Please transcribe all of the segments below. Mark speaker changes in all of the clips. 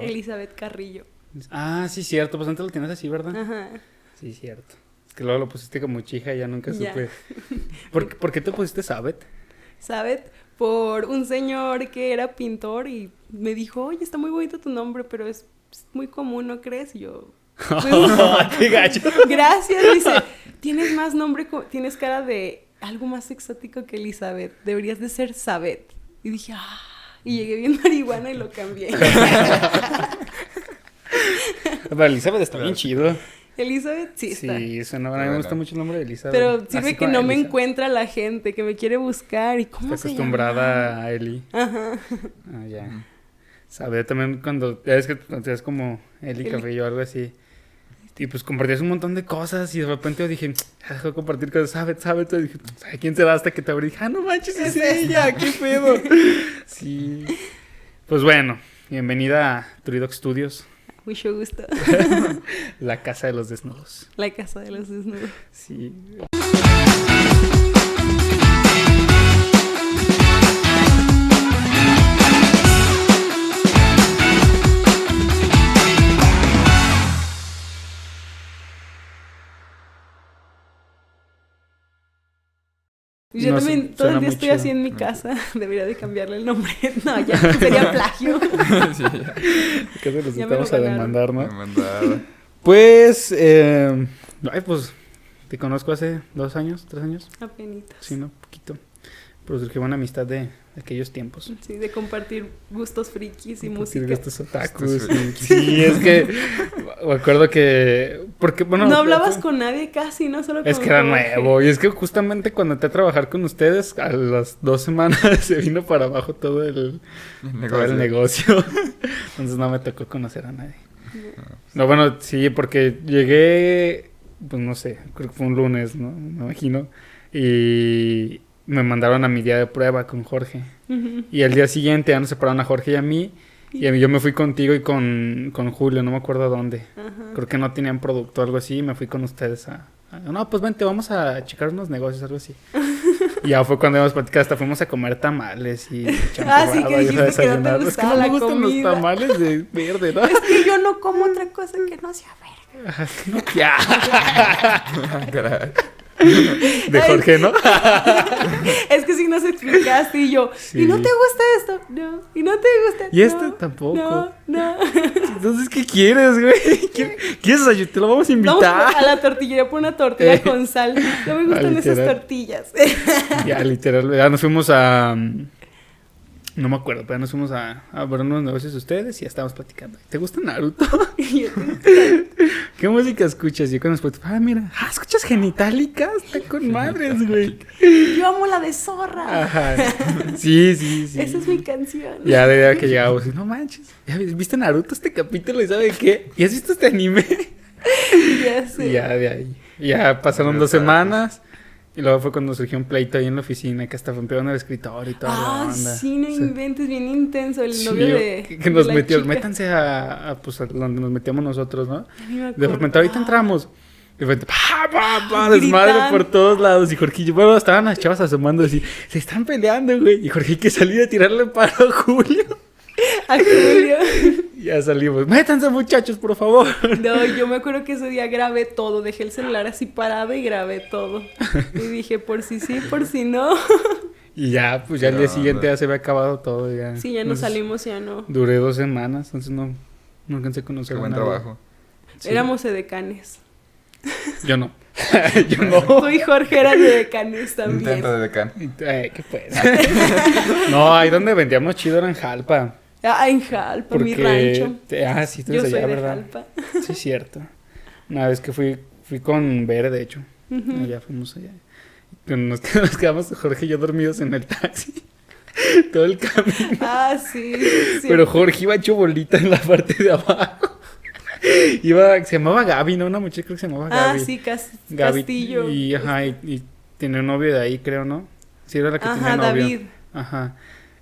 Speaker 1: Elizabeth Carrillo.
Speaker 2: Ah, sí, cierto. Pues antes lo tenías así, ¿verdad?
Speaker 1: Ajá.
Speaker 2: Sí, cierto. Es que luego lo pusiste como chija y ya nunca
Speaker 1: Ya.
Speaker 2: supe. ¿Por, qué- por qué te pusiste Sabet?
Speaker 1: Sabet por un señor que era pintor y me dijo, oye, está muy bonito tu nombre, pero es es muy común, ¿no crees? Y yo... pues,
Speaker 2: Oh, ¡Qué gacho!
Speaker 1: Gracias, dice, tienes más nombre, co- tienes cara de algo más exótico que Elizabeth, deberías de ser Sabet. Y dije, ah,
Speaker 2: Mm.
Speaker 1: y llegué bien marihuana y lo cambié.
Speaker 2: Pero Elizabeth está bien
Speaker 3: Claro.
Speaker 2: chido.
Speaker 1: Elizabeth sí está.
Speaker 2: Sí, suena. A mí me
Speaker 3: Bueno.
Speaker 2: gusta mucho el nombre de Elizabeth.
Speaker 1: Pero
Speaker 2: Así
Speaker 1: sirve que
Speaker 2: como
Speaker 1: no me
Speaker 2: Elizabeth.
Speaker 1: encuentra la gente que me quiere buscar y cómo
Speaker 2: Está
Speaker 1: se
Speaker 2: acostumbrada a Eli.
Speaker 1: llama? Ajá.
Speaker 2: Ah, ya. Sabía también cuando, ya ves que te hacías como Eli
Speaker 1: Eli.
Speaker 2: Café o algo así. Y pues compartías un montón de cosas y de repente yo dije, "Ah, dejo de compartir cosas, sabes, sabes. Y dije, "Ay, quién será hasta que te abrí? Dije, ah, no manches, es ella, qué pedo. sí. Pues bueno, bienvenida a Turidoc Studios,
Speaker 1: Mucho gusto.
Speaker 2: la casa de los desnudos.
Speaker 1: La casa de los desnudos.
Speaker 2: Sí.
Speaker 1: Yo
Speaker 2: No,
Speaker 1: también
Speaker 2: su-
Speaker 1: todo el
Speaker 2: suena
Speaker 1: día
Speaker 2: muy
Speaker 1: estoy
Speaker 2: chido.
Speaker 1: así en mi casa. Debería de cambiarle el nombre. No, ya sería plagio.
Speaker 3: sí, ya.
Speaker 2: Que se los
Speaker 1: Ya me lo
Speaker 2: estamos a
Speaker 1: ganaron.
Speaker 2: demandar,
Speaker 3: Me
Speaker 2: ¿no?
Speaker 3: mandaba.
Speaker 2: Ah. Pues, eh, ay, pues, te conozco hace dos años, tres años.
Speaker 1: Apenitas.
Speaker 2: Sí, no, poquito. Pero surgió una amistad de aquellos tiempos.
Speaker 1: Sí, de compartir gustos frikis y
Speaker 2: Porque
Speaker 1: música.
Speaker 2: estos otakus.
Speaker 3: Estos
Speaker 2: y- sí, es que me acuerdo que porque bueno,
Speaker 1: no hablabas con nadie casi, ¿no? Solo
Speaker 2: es
Speaker 1: con
Speaker 2: que era
Speaker 1: Jorge.
Speaker 2: nuevo y es que justamente cuando entré a trabajar con ustedes a las dos semanas se vino para abajo todo el todo el negocio. Entonces no me tocó conocer a nadie. No, bueno, sí, porque llegué, pues no sé, creo que fue un lunes, ¿no? Me imagino. Y me mandaron a mi día de prueba con Jorge.
Speaker 1: Ujú.
Speaker 2: Y al día siguiente ya nos separaron a Jorge y a mí. Y a mí- yo me fui contigo y con, con Julio, no me acuerdo a dónde.
Speaker 1: Ajá.
Speaker 2: Creo que no tenían producto o algo así. Y me fui con ustedes a, a- No, pues vente, vamos a checar unos negocios, algo así. y ya fue cuando hemos platicado. Hasta fuimos a comer tamales y
Speaker 1: Ah, sí,
Speaker 2: champurrado
Speaker 1: que
Speaker 2: y a
Speaker 1: dijiste que no te
Speaker 2: desayunar. Es que
Speaker 1: gustaba
Speaker 2: no me
Speaker 1: la
Speaker 2: gustan
Speaker 1: comida.
Speaker 2: los tamales de verde, ¿no?
Speaker 1: Es que yo no como otra cosa que no sea verga.
Speaker 2: Ajá, no, ya.
Speaker 3: Caray.
Speaker 2: De
Speaker 1: Ay.
Speaker 2: Jorge, ¿no?
Speaker 1: Es que si nos explicaste y yo,
Speaker 2: Sí.
Speaker 1: ¿y no te gusta esto? No. ¿Y no te gusta?
Speaker 2: Y este
Speaker 1: No.
Speaker 2: tampoco.
Speaker 1: No, no.
Speaker 2: Entonces, ¿qué quieres, güey? ¿Qué- ¿Quieres desayunar? Te lo vamos a
Speaker 1: Vamos
Speaker 2: invitar.
Speaker 1: a la tortillería por una tortilla
Speaker 2: Eh.
Speaker 1: con sal. No me gustan
Speaker 2: Ah,
Speaker 1: esas
Speaker 2: literal.
Speaker 1: tortillas.
Speaker 2: Ya, literal, ya nos fuimos a... mm, No me acuerdo, pero nos fuimos a, a ver unos negocios de ustedes y ya estábamos platicando. ¿Te gusta Naruto?
Speaker 1: Y yo,
Speaker 2: ¿Qué música escuchas? Y yo con los putos, ah, mira, ah, ¿escuchas Genitalica? Está con madres, güey.
Speaker 1: yo amo la de zorra.
Speaker 2: Ajá. Sí, sí, sí.
Speaker 1: Esa es mi canción.
Speaker 2: Ya de idea que llegábamos y no manches, ¿ya ves- viste Naruto este capítulo y sabe qué? ¿Y has visto este anime?
Speaker 1: Ya sé.
Speaker 2: Y ya de ahí. y Ya pasaron dos semanas y luego fue cuando surgió un pleito ahí en la oficina que hasta rompieron el escritorio y toda la
Speaker 1: Ah,
Speaker 2: onda.
Speaker 1: sí, no
Speaker 2: Sí.
Speaker 1: inventes, bien intenso el
Speaker 2: Sí,
Speaker 1: novio
Speaker 2: o-
Speaker 1: de.
Speaker 2: que, que nos
Speaker 1: de la
Speaker 2: metió,
Speaker 1: chica.
Speaker 2: métanse a, a, pues, a donde nos metíamos nosotros, ¿no?
Speaker 1: Ya ni me
Speaker 2: De
Speaker 1: acuerdo.
Speaker 2: repente ahorita
Speaker 1: Ah,
Speaker 2: entramos. De repente, pa, pa, pa, desmadre
Speaker 1: Gritando.
Speaker 2: por todos lados. Y Jorge, bueno, estaban las chavas asomando así, se están peleando, güey. Y Jorge que salir a tirarle paro a Julio.
Speaker 1: a Julio.
Speaker 2: Y ya salimos, métanse muchachos, por favor.
Speaker 1: No, yo me acuerdo que ese día grabé todo, dejé el celular así parado y grabé todo. Y dije, por si sí, por si no.
Speaker 2: Y ya, pues ya al
Speaker 3: Qué
Speaker 2: día
Speaker 3: onda.
Speaker 2: siguiente ya se había acabado todo. Ya.
Speaker 1: Sí, ya no
Speaker 2: Entonces,
Speaker 1: salimos, ya no.
Speaker 2: Duré dos semanas, entonces no, no alcancé a
Speaker 3: Qué
Speaker 2: conocer a
Speaker 3: buen
Speaker 2: nadie.
Speaker 3: trabajo.
Speaker 2: Sí.
Speaker 1: Éramos edecanes.
Speaker 2: Yo no. Yo no.
Speaker 1: Tú y Jorge eran edecanes también.
Speaker 3: Intento de decán.
Speaker 2: Eh, ¿Qué pues? no, ahí donde vendíamos chido era en Jalpa.
Speaker 1: Ah, en Jalpa, mi
Speaker 2: Porque...
Speaker 1: rancho.
Speaker 2: te- Ah, sí, tú
Speaker 1: Yo
Speaker 2: eres
Speaker 1: soy
Speaker 2: allá,
Speaker 1: de
Speaker 2: ¿verdad?
Speaker 1: Jalpa.
Speaker 2: Sí, es cierto. Una vez que fui, fui con Ver, de hecho. Allá fuimos allá. Nos qued- nos quedamos Jorge y yo dormidos en el taxi. Todo el camino.
Speaker 1: Ah, sí. sí.
Speaker 2: Pero Jorge iba hecho bolita en la parte de abajo. Iba, se llamaba Gaby, ¿no? Una muchacha creo que se llamaba
Speaker 1: Ah,
Speaker 2: Gaby.
Speaker 1: sí, Cas-
Speaker 2: Gaby.
Speaker 1: Castillo.
Speaker 2: Y, ajá, y, y tenía un novio de ahí, creo, ¿no? Sí, era la que
Speaker 1: Ajá,
Speaker 2: tenía novio.
Speaker 1: David.
Speaker 2: Ajá.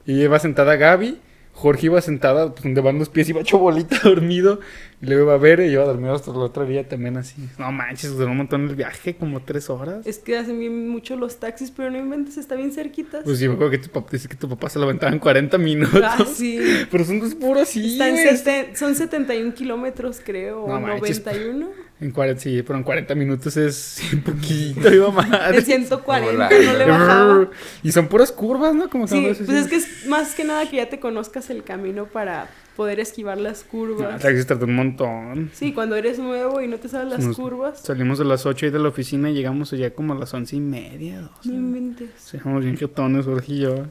Speaker 2: Y iba sentada Gaby Jorge iba sentada pues, donde van los pies, iba hecho bolita dormido. Y luego iba a ver y iba a dormir hasta la otra día también así. No manches, duró un montón el viaje, como tres horas.
Speaker 1: Es que hacen bien mucho los taxis, pero no inventes, está bien cerquitas.
Speaker 2: Pues sí, me acuerdo que tu papá dice que tu papá se lo aventaba en 40 minutos.
Speaker 1: Ah, sí.
Speaker 2: Pero son dos puros sí.
Speaker 1: Están
Speaker 2: güey.
Speaker 1: seten- son 71 kilómetros, creo,
Speaker 2: No
Speaker 1: o
Speaker 2: manches. pues,
Speaker 1: 91.
Speaker 2: En 40, sí, pero en 40 minutos es un poquito, iba madre.
Speaker 1: En 140
Speaker 3: Hola.
Speaker 1: no le bajaba.
Speaker 2: Y son puras curvas, ¿no? Como que
Speaker 1: Sí,
Speaker 2: no
Speaker 1: pues
Speaker 2: sé si-
Speaker 1: es que es más que nada que ya te conozcas el camino para poder esquivar las
Speaker 2: No,
Speaker 1: curvas.
Speaker 2: taxi tardó un montón.
Speaker 1: Sí, cuando eres nuevo y no te sabes las
Speaker 2: Nos-
Speaker 1: curvas,
Speaker 2: Salimos a las 8 de la oficina y llegamos allá como a las once y media, 12.
Speaker 1: no inventes.
Speaker 2: Sí, Éramos bien jetones, Jorge y yo.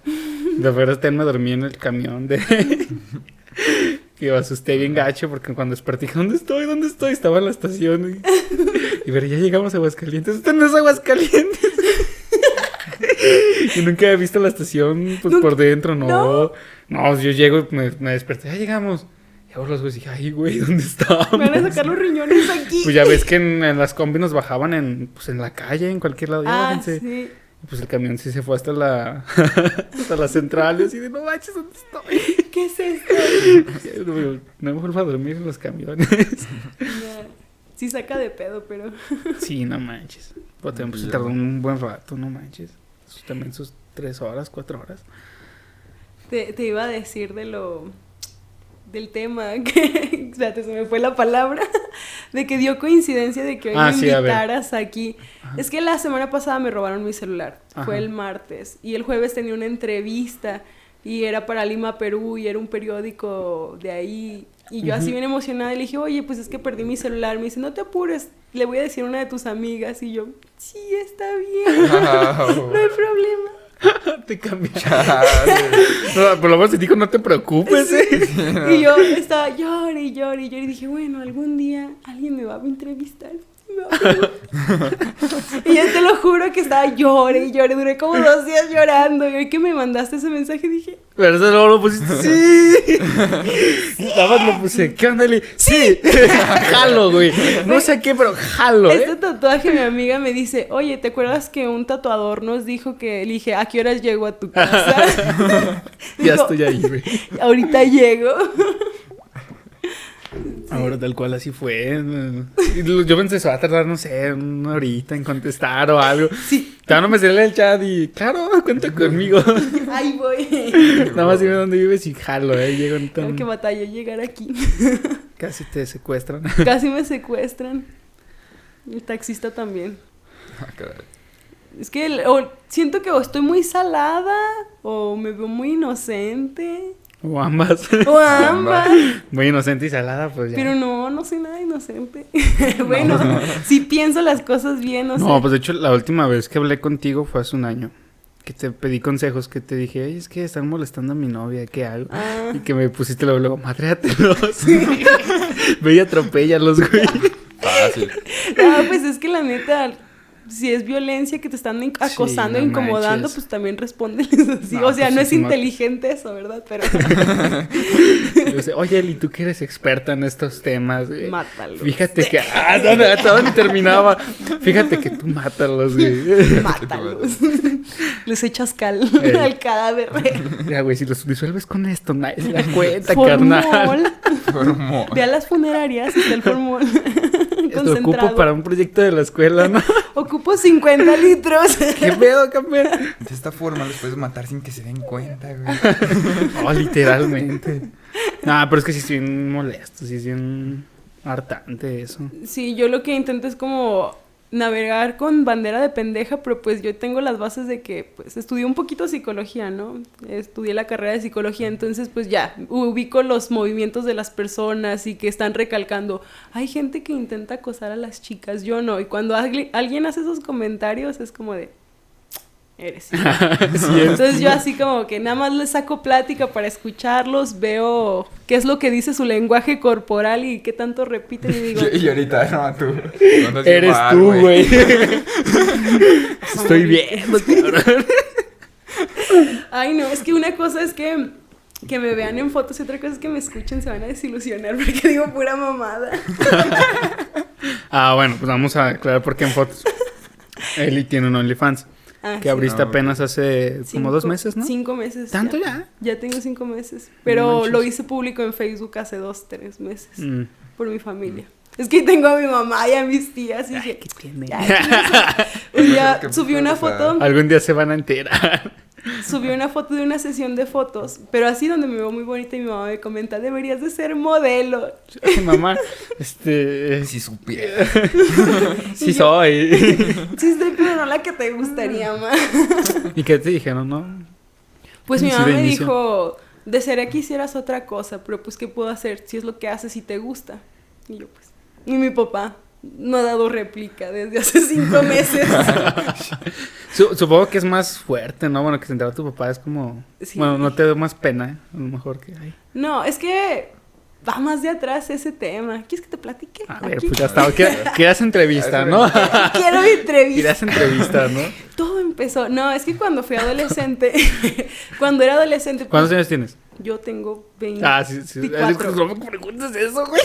Speaker 2: De afuera hasta me dormí en el camión de... que me asusté bien gacho porque cuando desperté dije, ¿dónde estoy? ¿Dónde estoy? Estaba en la estación. Y, y pero ya llegamos a Aguascalientes. ¡Esto no es Aguascalientes! y nunca había visto la estación pues,
Speaker 1: Nunca-
Speaker 2: por dentro, no.
Speaker 1: ¿No?
Speaker 2: No, yo llego y me, me desperté. Ya llegamos. Y ahora los güeyes dije, ay, güey, ¿dónde estábamos?
Speaker 1: Me van a sacar los riñones aquí.
Speaker 2: Pues ya ves que en, en las combis nos bajaban en, pues, en la calle, en cualquier lado. Ya
Speaker 1: ah,
Speaker 2: bájense.
Speaker 1: sí.
Speaker 2: Pues el camión sí se fue hasta la hasta la central y así de no manches, ¿dónde estoy?
Speaker 1: ¿Qué es esto?
Speaker 2: No me vuelvo a dormir en los camiones.
Speaker 1: Ya. Sí saca de pedo, pero...
Speaker 2: Sí, no manches. Pues también pues, se tardó un buen rato, no manches. Sus- También sus tres horas, cuatro horas.
Speaker 1: Te, te iba a decir de lo del tema que espérate, se me fue la palabra de que dio coincidencia de que hoy
Speaker 2: Ah,
Speaker 1: me
Speaker 2: sí, a ver.
Speaker 1: invitaras aquí.
Speaker 2: Ajá.
Speaker 1: Es que la semana pasada me robaron mi celular. Fue
Speaker 2: Ajá.
Speaker 1: el martes y el jueves tenía una entrevista y era para Lima, Perú y era un periódico de ahí y yo así
Speaker 2: Ujú.
Speaker 1: bien emocionada y le dije, "Oye, pues es que perdí mi celular." Me dice, "No te apures, le voy a decir a una de tus amigas." Y yo, "Sí, está bien. No hay problema."
Speaker 2: Te cambiaron.
Speaker 3: Chale.
Speaker 2: No, por lo menos te dijo, no te
Speaker 1: Pues
Speaker 2: preocupes, ¿eh?
Speaker 1: Y yo estaba llorando y llorando y llorando y dije, bueno, algún día alguien me va a entrevistar. me va a preguntar". y yo te lo juro que estaba llorando y llorando, duré como dos días llorando. Y hoy que me mandaste ese mensaje dije,
Speaker 2: Pero eso luego lo pusiste, sí. Y Nada más lo puse, ¿qué onda? Y le- Sí. jalo, güey. No sé qué, pero jalo, ¿eh?
Speaker 1: este tatuaje mi amiga me dice, oye, ¿te acuerdas que un tatuador nos dijo que, le dije, ¿a qué horas llego a tu casa?
Speaker 2: Ya
Speaker 1: Dijo,
Speaker 2: estoy ahí, güey.
Speaker 1: Ahorita llego.
Speaker 2: Ahora tal cual así fue. Y lo- Yo pensé, se va a tardar, no sé, una horita en contestar o algo.
Speaker 1: Sí,
Speaker 2: Ya no me sale el chat y, claro, cuenta conmigo.
Speaker 1: ahí voy.
Speaker 2: Nada más dime dónde vives y jalo, ¿eh? Llego en
Speaker 1: Tengo
Speaker 2: tan-
Speaker 1: que batallé llegar aquí.
Speaker 2: Casi te secuestran.
Speaker 1: Casi me secuestran. El taxista también.
Speaker 3: Ah, caray.
Speaker 1: Es que el- o siento que o estoy muy salada o me veo muy inocente.
Speaker 2: O ambas.
Speaker 1: O ambas.
Speaker 2: Muy inocente y salada, pues ya.
Speaker 1: Pero no, no soy nada inocente. bueno,
Speaker 2: No,
Speaker 1: si pienso las cosas bien, o
Speaker 2: No,
Speaker 1: sea,
Speaker 2: pues de hecho, la última vez que hablé contigo fue hace un año. Que te pedí consejos, que te dije, ay, es que están molestando a mi novia, ¿qué hago?
Speaker 1: ah,
Speaker 2: Y que me pusiste luego, luego madréatelos. Ve y atropéllalos, güey.
Speaker 3: Fácil.
Speaker 1: no, pues es que la neta, si es violencia que te están in-
Speaker 2: Sí,
Speaker 1: acosando,
Speaker 2: no
Speaker 1: incomodando,
Speaker 2: manches.
Speaker 1: pues también respóndeles así.
Speaker 2: No,
Speaker 1: o sea,
Speaker 2: pues
Speaker 1: no
Speaker 2: sí,
Speaker 1: es
Speaker 2: sí, no-
Speaker 1: inteligente eso, ¿verdad? Pero
Speaker 2: Y yo decía, Oye, Eli, tú que eres experta en estos temas, güey.
Speaker 1: mátalos.
Speaker 2: Fíjate que. Ah, no, no, hasta dónde terminaba. Fíjate que tú mátalos, güey.
Speaker 1: Mátalos. Les echas cal
Speaker 2: Ey.
Speaker 1: al cadáver.
Speaker 2: Mira, güey, si los disuelves con esto, nadie se da cuenta, carnal.
Speaker 1: Formol.
Speaker 3: Formó.
Speaker 1: Ve a las funerarias, está el formol.
Speaker 2: Esto
Speaker 1: Concentrado.
Speaker 2: ocupo para un proyecto de la escuela, ¿no?
Speaker 1: Ocupo 50 litros.
Speaker 2: ¿Qué pedo, campeón?
Speaker 3: De esta forma los puedes matar sin que se den cuenta, güey.
Speaker 2: Oh, literalmente. Nah, pero es que sí es bien molesto, sí es bien hartante eso.
Speaker 1: Sí, yo lo que intento es como navegar con bandera de pendeja, pero pues yo tengo las bases de que pues estudié un poquito psicología, ¿no? Estudié la carrera de psicología, entonces pues ya ubico los movimientos de las personas y que están recalcando, hay gente que intenta acosar a las chicas, yo no, y cuando algui- alguien hace esos comentarios es como de eres.
Speaker 2: sí, es.
Speaker 1: Entonces yo así como que nada más les saco plática para escucharlos, veo qué es lo que dice su lenguaje corporal y qué tanto repiten y digo,
Speaker 3: Y, y ahorita, no, tú. No es
Speaker 2: Eres
Speaker 3: igual,
Speaker 1: "Ah,
Speaker 2: tú, güey. Estoy viendo,
Speaker 1: pues,
Speaker 2: cabrón.
Speaker 1: Ay, no, es que una cosa es que, que me vean en fotos y otra cosa es que me escuchen, se van a desilusionar porque digo pura mamada.
Speaker 2: Ah, bueno, pues vamos a aclarar por qué en fotos. Eli tiene un OnlyFans.
Speaker 1: Ah,
Speaker 2: Que abriste
Speaker 3: No,
Speaker 2: apenas hace
Speaker 1: cinco-
Speaker 2: como dos meses, ¿no?
Speaker 1: Cinco meses.
Speaker 2: ¿Tanto
Speaker 1: ya?
Speaker 2: ya?
Speaker 1: Ya tengo cinco meses. Pero
Speaker 2: manches.
Speaker 1: lo hice público en Facebook hace dos, tres meses.
Speaker 2: Mm.
Speaker 1: Por mi familia. Es que tengo a mi mamá y a mis tías y dije,
Speaker 2: tiene?
Speaker 1: ya, un día
Speaker 3: Qué
Speaker 1: subí una
Speaker 3: pesada.
Speaker 1: foto,
Speaker 2: Algún día se van a enterar.
Speaker 1: subí una foto de una sesión de fotos, pero así donde me veo muy bonita y mi mamá me comenta, deberías de ser modelo.
Speaker 2: Ay, mamá, este. Sí,
Speaker 3: Si supiera.
Speaker 1: Y yo-
Speaker 2: soy. Ah.
Speaker 1: Sí, estoy, pero no la que te gustaría más.
Speaker 2: ¿Y qué te dijeron, no?
Speaker 1: Pues mi
Speaker 2: Sí,
Speaker 1: mamá
Speaker 2: de
Speaker 1: me
Speaker 2: inicio.
Speaker 1: dijo, desearía que hicieras otra cosa, pero pues, ¿qué puedo hacer si es lo que haces y te gusta? Y yo, pues, y mi papá no ha dado réplica desde hace cinco meses.
Speaker 2: Su- supongo que es más fuerte, ¿no? Bueno, que se enteró tu papá es como.
Speaker 1: Sí.
Speaker 2: Bueno, no te da más pena, ¿eh? a lo mejor que. ay.
Speaker 1: No, es que va más de atrás ese tema. ¿Quieres que te platique?
Speaker 2: A ver,
Speaker 1: Aquí.
Speaker 2: pues ya está. Quer- Querías entrevista,
Speaker 3: Eso
Speaker 2: ¿no?
Speaker 1: Quiero entrevistas.
Speaker 2: Querías entrevista, ¿no?
Speaker 1: Todo empezó. No, es que cuando fui adolescente, cuando era adolescente, pues,
Speaker 2: ¿Cuántos años tienes?
Speaker 1: yo tengo 20.
Speaker 2: Ah, sí, sí. Es que
Speaker 1: 24.
Speaker 2: ¿Cómo preguntas eso, güey?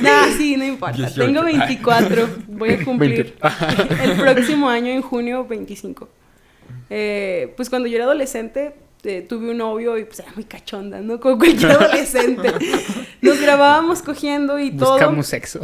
Speaker 1: Nah, sí, no importa.
Speaker 3: 18.
Speaker 1: Tengo 24. Voy a cumplir
Speaker 2: 20.
Speaker 1: el próximo año, en junio, 25. Eh, pues cuando yo era adolescente, eh, tuve un novio y pues era muy cachonda, ¿no? Como cualquier adolescente. Nos grabábamos cogiendo y todo.
Speaker 2: Buscamos sexo.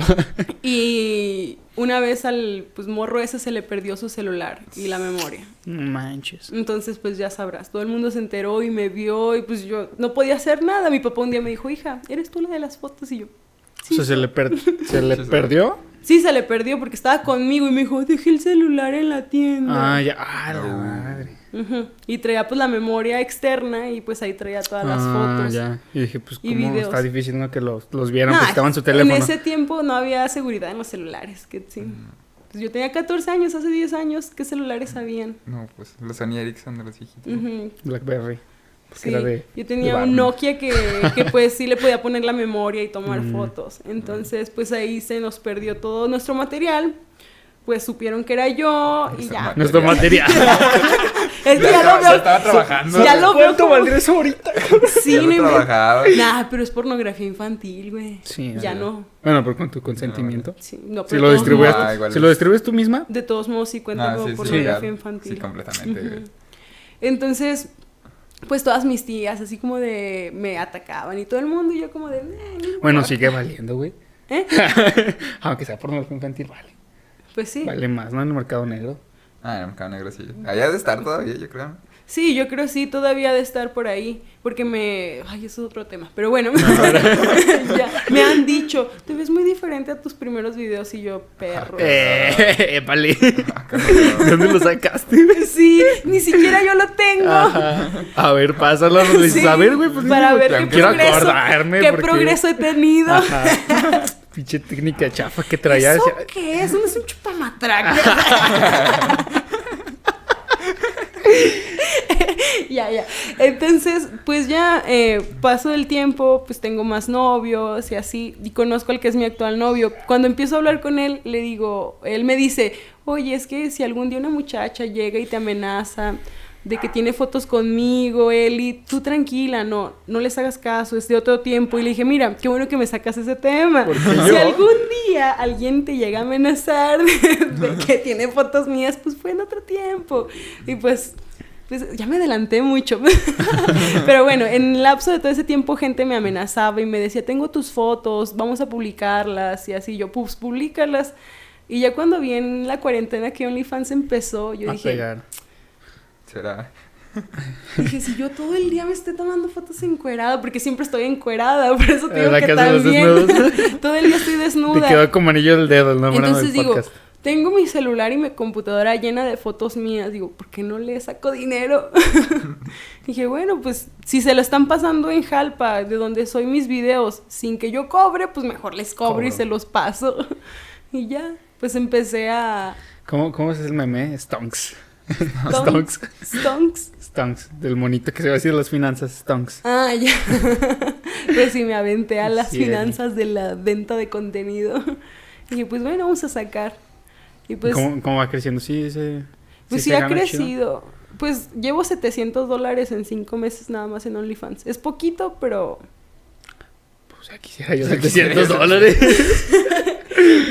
Speaker 1: Y una vez al pues, morro ese se le perdió su celular y la memoria.
Speaker 2: No Manches.
Speaker 1: Entonces, pues ya sabrás, todo el mundo se enteró y me vio y pues yo no podía hacer nada. Mi papá un día me dijo, hija, ¿eres tú la de las fotos? Y yo,
Speaker 2: O sea, se le, per- se le
Speaker 3: Sí, sí.
Speaker 2: perdió.
Speaker 1: Sí, se le perdió porque estaba conmigo y me dijo, dejé el celular en la tienda.
Speaker 2: Ah, ya. Ah, la
Speaker 3: No.
Speaker 2: madre.
Speaker 1: Ujú. Y traía pues la memoria externa y pues ahí traía todas las
Speaker 2: Ah,
Speaker 1: fotos.
Speaker 2: ya. Y dije, pues,
Speaker 1: y
Speaker 2: ¿cómo
Speaker 1: videos.
Speaker 2: está difícil ¿no? que los, los vieran?
Speaker 1: No,
Speaker 2: pues estaban en su
Speaker 1: En
Speaker 2: teléfono. Mm.
Speaker 1: ese tiempo no había seguridad en los celulares, que sí. Pues, yo tenía 14 años, hace 10 años, ¿qué celulares habían?
Speaker 3: No, pues los Sony Ericsson de los viejitos.
Speaker 1: Ujú.
Speaker 2: Blackberry. Porque
Speaker 1: Sí,
Speaker 2: era de.
Speaker 1: yo tenía
Speaker 2: de Barbie.
Speaker 1: un Nokia que, que, pues sí le podía poner la memoria y tomar
Speaker 2: Mm.
Speaker 1: fotos. Entonces pues ahí se nos perdió todo nuestro material. Pues supieron que era yo y ya. Pues,
Speaker 3: Esa madre.
Speaker 2: Nuestro material.
Speaker 1: Es que
Speaker 3: Ya
Speaker 1: ya
Speaker 3: estaba-
Speaker 1: lo
Speaker 3: ya
Speaker 1: veo-
Speaker 3: estaba trabajando.
Speaker 1: Ya lo veo como...
Speaker 2: eso ahorita?
Speaker 1: Sí,
Speaker 3: ya
Speaker 1: no
Speaker 3: lo
Speaker 1: inventes.
Speaker 3: trabajaba.
Speaker 1: Nah, pero es pornografía infantil, güey.
Speaker 2: Sí.
Speaker 1: Ya
Speaker 2: ajá.
Speaker 1: no.
Speaker 2: Bueno, pero con tu consentimiento.
Speaker 1: Sí, no,
Speaker 2: Si
Speaker 1: pero
Speaker 2: lo
Speaker 1: de todos
Speaker 2: distribuyes,
Speaker 1: modos-
Speaker 3: Ah, igual
Speaker 2: si
Speaker 3: es.
Speaker 2: lo distribuyes tú misma.
Speaker 1: de todos modos sí cuenta
Speaker 3: Ah,
Speaker 1: pues, como
Speaker 3: sí, sí,
Speaker 1: pornografía
Speaker 3: ya.
Speaker 1: infantil.
Speaker 3: Sí, completamente, güey.
Speaker 1: Ujú. Entonces, pues todas mis tías así como de me atacaban y todo el mundo y yo como de... "Nah, no
Speaker 2: Bueno,
Speaker 1: importa".
Speaker 2: sigue valiendo, güey.
Speaker 1: ¿Eh?
Speaker 2: Aunque sea pornografía infantil, vale.
Speaker 1: Pues sí.
Speaker 2: Vale más, ¿no? En el mercado negro.
Speaker 3: Ah, en el mercado negro sí. Allá ha de estar todavía, yo creo.
Speaker 1: Sí, yo creo sí, todavía ha de estar por ahí, porque me... Ay, eso es otro tema, pero bueno, Ya, me han dicho, te ves muy diferente a tus primeros videos y yo, perro.
Speaker 2: Eh, vale.
Speaker 3: Acá no.
Speaker 2: ¿Dónde lo sacaste?
Speaker 1: Sí, ni siquiera yo lo tengo.
Speaker 2: Ajá. A ver, pásalo. nos dices,
Speaker 1: Sí,
Speaker 2: a ver, güey, pues
Speaker 1: para
Speaker 2: dime,
Speaker 1: ver
Speaker 2: plan,
Speaker 1: qué
Speaker 2: quiero
Speaker 1: progreso,
Speaker 2: acordarme.
Speaker 1: qué
Speaker 2: porque-
Speaker 1: progreso he tenido.
Speaker 2: Ajá. Pinche técnica chafa que traía.
Speaker 1: ¿Eso
Speaker 2: decía,
Speaker 1: qué es? ¿No es un chupamatraca? ya, ya. Entonces, pues ya eh, paso del tiempo, pues tengo más novios y así, y conozco al que es mi actual novio. Cuando empiezo a hablar con él, le digo, él me dice, oye, es que si algún día una muchacha llega y te amenaza de que tiene fotos conmigo, Eli, tú tranquila, no, no les hagas caso, es de otro tiempo. Y le dije, mira, qué bueno que me sacas ese tema.
Speaker 2: Porque
Speaker 1: Si
Speaker 2: yo-
Speaker 1: algún día alguien te llega a amenazar de, de que tiene fotos mías, pues fue en otro tiempo. Y pues, pues ya me adelanté mucho. Pero bueno, en el lapso de todo ese tiempo gente me amenazaba y me decía, tengo tus fotos, vamos a publicarlas y así. Yo, pues, públicalas. Y ya cuando vi en la cuarentena que OnlyFans empezó, yo
Speaker 2: a
Speaker 1: dije,
Speaker 2: pegar.
Speaker 3: Será.
Speaker 1: dije, si yo todo el día me estoy tomando fotos encuerada, porque siempre estoy encuerada, por eso te digo
Speaker 2: ¿Verdad
Speaker 1: que
Speaker 2: que hacen los
Speaker 1: también.
Speaker 2: desnudos?
Speaker 1: todo el día estoy
Speaker 2: Te
Speaker 1: desnuda.
Speaker 2: quedó como anillo el dedo el nombre
Speaker 1: Entonces
Speaker 2: del
Speaker 1: digo,
Speaker 2: podcast.
Speaker 1: tengo mi celular y mi computadora llena de fotos mías. Digo, ¿por qué no le saco dinero? Dije, bueno, pues si se lo están pasando en Jalpa, de donde soy mis videos, sin que yo cobre, pues mejor les cobro, y
Speaker 2: Cobro.
Speaker 1: se los paso. y ya, pues empecé a...
Speaker 2: ¿Cómo, ¿Cómo es el meme? Stonks.
Speaker 1: Stonks.
Speaker 2: Stonks.
Speaker 1: Stonks.
Speaker 2: Stonks. Del monito que se va a decir las finanzas. Stonks.
Speaker 1: Ah, ya. pues sí, me aventé a las
Speaker 2: Sí,
Speaker 1: finanzas de la venta de contenido. Dije, pues bueno, vamos a sacar. Y pues...
Speaker 2: ¿Cómo, ¿Cómo va creciendo? Sí, sí.
Speaker 1: Pues sí,
Speaker 2: se
Speaker 1: ha
Speaker 2: gana chido.
Speaker 1: crecido. Pues llevo 700 dólares en cinco meses nada más en OnlyFans. Es poquito, pero
Speaker 2: o sea, Pues quisiera yo 700 dólares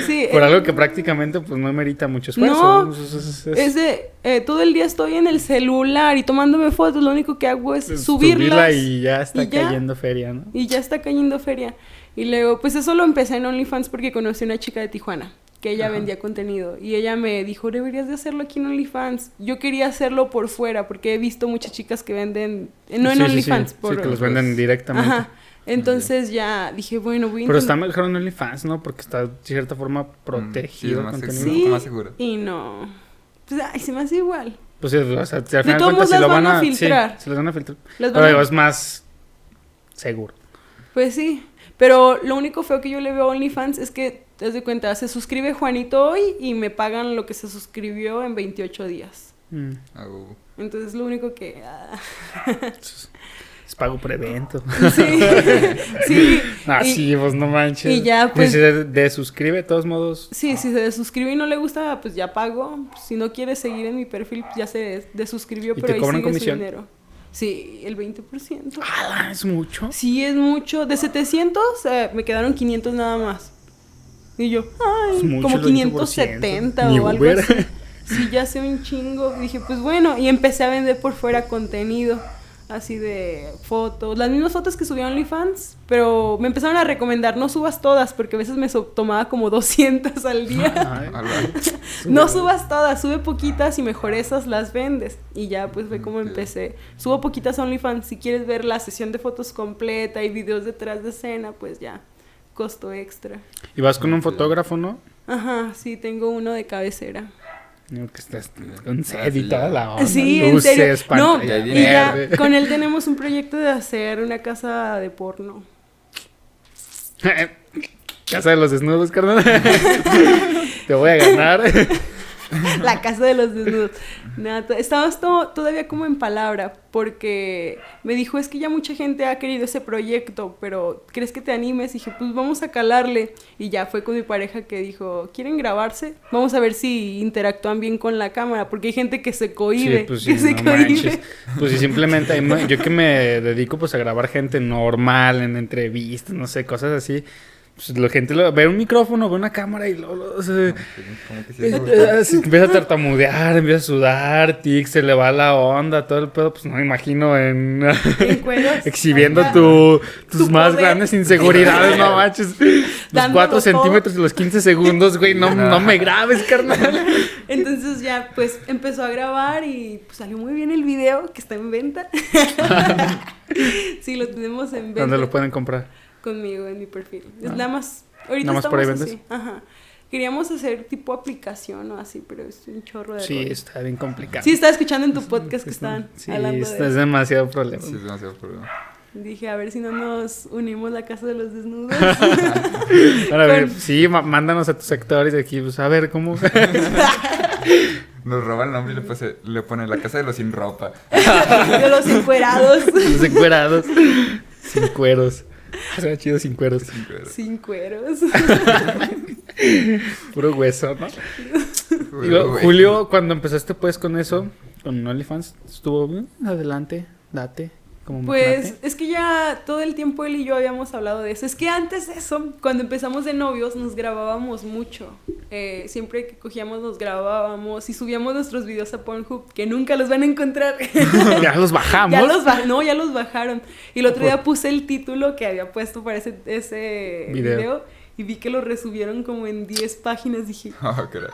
Speaker 1: Sí,
Speaker 2: por
Speaker 1: eh,
Speaker 2: algo que prácticamente pues no merita mucho esfuerzo.
Speaker 1: No,
Speaker 2: Es- es- es- es-
Speaker 1: es de, eh, todo el día estoy en el celular y tomándome fotos, lo único que hago es
Speaker 2: es
Speaker 1: subirlas y...
Speaker 2: y ya está
Speaker 1: y ya.
Speaker 2: cayendo feria, ¿no?
Speaker 1: ya está cayendo feria. Y luego, pues eso lo empecé en OnlyFans porque conocí a una chica de Tijuana que ella
Speaker 3: Ajá.
Speaker 1: vendía contenido y ella me dijo, deberías de hacerlo aquí en OnlyFans. Yo quería hacerlo por fuera porque he visto muchas chicas que venden, eh, no en
Speaker 2: Sí, sí, sí.
Speaker 1: OnlyFans,
Speaker 2: Sí,
Speaker 1: por...
Speaker 2: que los venden directamente.
Speaker 1: Ajá. Entonces ya dije, bueno, voy a
Speaker 2: Pero está
Speaker 1: intentar-
Speaker 2: mejor en OnlyFans, ¿no? Porque está de cierta forma protegido.
Speaker 3: Mm, sí, es más
Speaker 2: contenido.
Speaker 3: seguro.
Speaker 1: Sí,
Speaker 3: Como más seguro.
Speaker 1: y no. Pues, ay, se me hace igual.
Speaker 2: Pues sí, o sea, si al
Speaker 1: De
Speaker 2: final de
Speaker 1: todos
Speaker 2: cuentas,
Speaker 1: modos
Speaker 2: si
Speaker 1: las
Speaker 2: lo
Speaker 1: van
Speaker 2: van
Speaker 1: a
Speaker 2: a.
Speaker 1: filtrar.
Speaker 2: Sí, se los van a filtrar.
Speaker 1: Las
Speaker 2: Pero
Speaker 1: van a-
Speaker 2: digo, es más seguro.
Speaker 1: Pues sí, pero lo único feo que yo le veo a OnlyFans es que, te das de cuenta, se suscribe Juanito hoy y me pagan lo que se suscribió en 28 días.
Speaker 2: Mm.
Speaker 3: Au.
Speaker 1: Entonces lo único que... ah,
Speaker 2: Es pago por evento.
Speaker 1: sí, sí,
Speaker 2: Ah,
Speaker 1: Y-
Speaker 2: sí, pues no manches.
Speaker 1: y ya, pues-
Speaker 2: Dice, de, de suscribe, de todos modos.
Speaker 1: sí, si se desuscribe y no le gusta, pues ya pago. Si no quiere seguir en mi perfil, pues ya se desuscribió,
Speaker 2: ¿Y te
Speaker 1: pero ahí
Speaker 2: cobran
Speaker 1: sigue
Speaker 2: comisión?
Speaker 1: su dinero. Sí, el 20%.
Speaker 2: Ah, es mucho.
Speaker 1: Sí, es mucho. De 700 eh, me quedaron 500 nada más. Y yo, ay,
Speaker 2: Es mucho
Speaker 1: como
Speaker 2: el
Speaker 1: 570
Speaker 2: Ni
Speaker 1: o algo
Speaker 2: Uber.
Speaker 1: así. Sí, ya sé un chingo. Y dije, pues bueno, y empecé a vender por fuera contenido. Así de fotos, las mismas fotos que subieron OnlyFans, pero me empezaron a recomendar no subas todas, porque a veces me so- tomaba como 200 al día.
Speaker 2: Ay,
Speaker 3: Au, au.
Speaker 1: no subas todas, sube poquitas y mejor esas las vendes. Y ya pues fue como
Speaker 3: Ok.
Speaker 1: empecé. Subo poquitas a OnlyFans, si quieres ver la sesión de fotos completa y videos detrás de escena, pues ya, costo extra.
Speaker 2: Y vas con un fotógrafo, ¿no?
Speaker 1: Ajá, sí, tengo uno de cabecera.
Speaker 2: No, que estás con sed y toda la onda.
Speaker 1: Sí, en
Speaker 2: Ah, luces,
Speaker 1: serio. No,
Speaker 2: pantalla
Speaker 1: y ya
Speaker 2: verde.
Speaker 1: con él tenemos un proyecto de hacer una casa de porno.
Speaker 2: Casa de los desnudos, carnal. Te voy a ganar.
Speaker 1: La casa de los desnudos. Nada, to- estamos to- todavía como en palabra, porque me dijo, es que ya mucha gente ha querido ese proyecto, pero ¿crees que te animes? Y dije, pues vamos a calarle. Y ya fue con mi pareja que dijo, ¿quieren grabarse? Vamos a ver si interactúan bien con la cámara, porque hay gente que se cohíbe, que se
Speaker 2: pues no
Speaker 1: cohíbe.
Speaker 2: manches. Pues sí, simplemente hay mu- yo que me dedico pues a grabar gente normal, en entrevistas, no sé, cosas así. Pues la gente lo, ve un micrófono, ve una cámara y luego luego se-
Speaker 3: Como que sí
Speaker 2: eh,
Speaker 3: es seguro.
Speaker 2: eh, se empieza a tartamudear, empieza a sudar, tic, se le va la onda, todo el pedo, pues no me imagino en
Speaker 1: En cueros.
Speaker 2: exhibiendo
Speaker 1: Ajá.
Speaker 2: tu- tus
Speaker 1: Tu
Speaker 2: más
Speaker 1: poder.
Speaker 2: grandes inseguridades, no manches. Los
Speaker 1: Dándolo
Speaker 2: 4
Speaker 1: todo.
Speaker 2: centímetros y los 15 segundos, güey, no, no me grabes, carnal.
Speaker 1: Entonces ya pues empezó a grabar y pues, salió muy bien el video que está en venta. sí, lo tenemos en venta.
Speaker 2: ¿Dónde lo pueden comprar?
Speaker 1: conmigo en mi perfil. Es
Speaker 2: Ah.
Speaker 1: nada más. Ahorita
Speaker 2: Nada más por ahí
Speaker 1: estamos
Speaker 2: vendes.
Speaker 1: así. Ajá. Queríamos hacer tipo aplicación o así, pero es un chorro de.
Speaker 2: Sí,
Speaker 1: rollo.
Speaker 2: está bien complicado.
Speaker 1: Sí, estaba escuchando en tu podcast que estaban
Speaker 2: Sí,
Speaker 1: hablando
Speaker 2: esto
Speaker 1: de.
Speaker 2: es demasiado problema.
Speaker 3: Sí, es demasiado problema.
Speaker 1: Dije, a ver si no nos unimos la casa de los desnudos.
Speaker 2: Ahora, a ver,
Speaker 1: Con-
Speaker 2: sí, ma- mándanos a tus sectores de aquí, pues a ver cómo.
Speaker 3: Nos roba el nombre y le, pase- le pone la casa de los sin ropa.
Speaker 1: de los encuerados.
Speaker 2: Los encuerados. Sin cueros. Será chido sin cueros.
Speaker 3: Sin cuero.
Speaker 1: Sin cueros.
Speaker 2: Puro hueso, ¿no? Y
Speaker 3: Güey,
Speaker 2: luego,
Speaker 3: güey.
Speaker 2: Julio, cuando empezaste pues con eso, con OnlyFans, estuvo bien, adelante, date, como magnate.
Speaker 1: Pues es que ya todo el tiempo él y yo habíamos hablado de eso. Es que antes de eso, cuando empezamos de novios, nos grabábamos mucho. Eh, siempre que cogíamos nos grabábamos y subíamos nuestros videos a Pornhub, que nunca los van a encontrar.
Speaker 2: ya los bajamos.
Speaker 1: ya los ba- no, ya los bajaron. Y el otro
Speaker 2: Por-
Speaker 1: día puse el título que había puesto para ese, ese
Speaker 2: Video.
Speaker 1: video. y vi que lo resubieron como en 10 páginas. Dije,
Speaker 3: Oh, caray.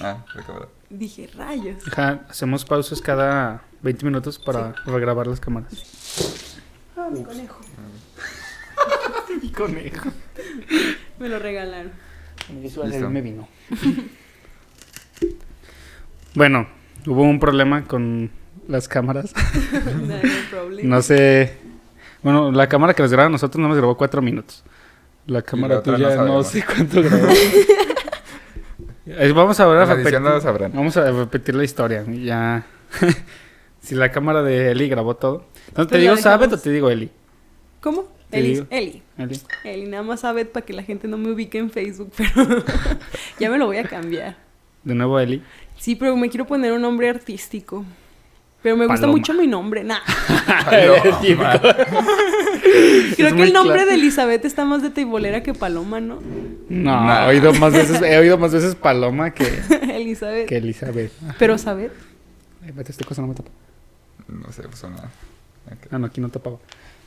Speaker 3: Ah, la cámara.
Speaker 1: dije, rayos.
Speaker 2: Ajá, hacemos pausas cada 20 minutos para regrabar las cámaras.
Speaker 1: Ah, mi conejo.
Speaker 2: Y conejo.
Speaker 1: Me lo regalaron.
Speaker 3: Listo.
Speaker 2: me vino. bueno, hubo un problema con las cámaras.
Speaker 1: No hay problema.
Speaker 2: No sé. Bueno, la cámara que nos graba a nosotros no nos grabó cuatro minutos. La cámara
Speaker 3: otra no
Speaker 2: tuya no,
Speaker 3: sabemos.
Speaker 2: sé cuánto grabó. Eh, Vamos a ver a
Speaker 3: En la edición no lo
Speaker 2: repetir.
Speaker 3: sabrán.
Speaker 2: Vamos a repetir la historia. Ya. si la cámara de Eli grabó todo. Entonces, ¿te
Speaker 1: Pues la
Speaker 2: digo
Speaker 1: dejamos.
Speaker 2: Sabet o te digo Eli?
Speaker 1: ¿Cómo?
Speaker 2: Te
Speaker 1: Eli.
Speaker 2: digo.
Speaker 1: Eli.
Speaker 2: Eli.
Speaker 1: Eli, nada más sabe para que la gente no me ubique en Facebook, pero ya me lo voy a cambiar.
Speaker 2: De nuevo Eli.
Speaker 1: Sí, pero me quiero poner un nombre artístico. Pero me gusta
Speaker 2: Paloma.
Speaker 1: mucho mi nombre. Nah.
Speaker 3: Paloma.
Speaker 1: Creo
Speaker 2: Es
Speaker 1: que
Speaker 2: muy
Speaker 1: el nombre
Speaker 2: claro.
Speaker 1: de Elizabeth está más de teibolera que Paloma, ¿no?
Speaker 2: No,
Speaker 3: Nah.
Speaker 2: he, oído más veces, he oído más veces Paloma que,
Speaker 1: Elizabeth.
Speaker 2: que Elizabeth. Ah,
Speaker 1: Pero Sabeth.
Speaker 2: ay, vete, esta cosa no me tapa.
Speaker 3: No sé, pues nada. Ok.
Speaker 2: Ah, no, aquí no tapaba.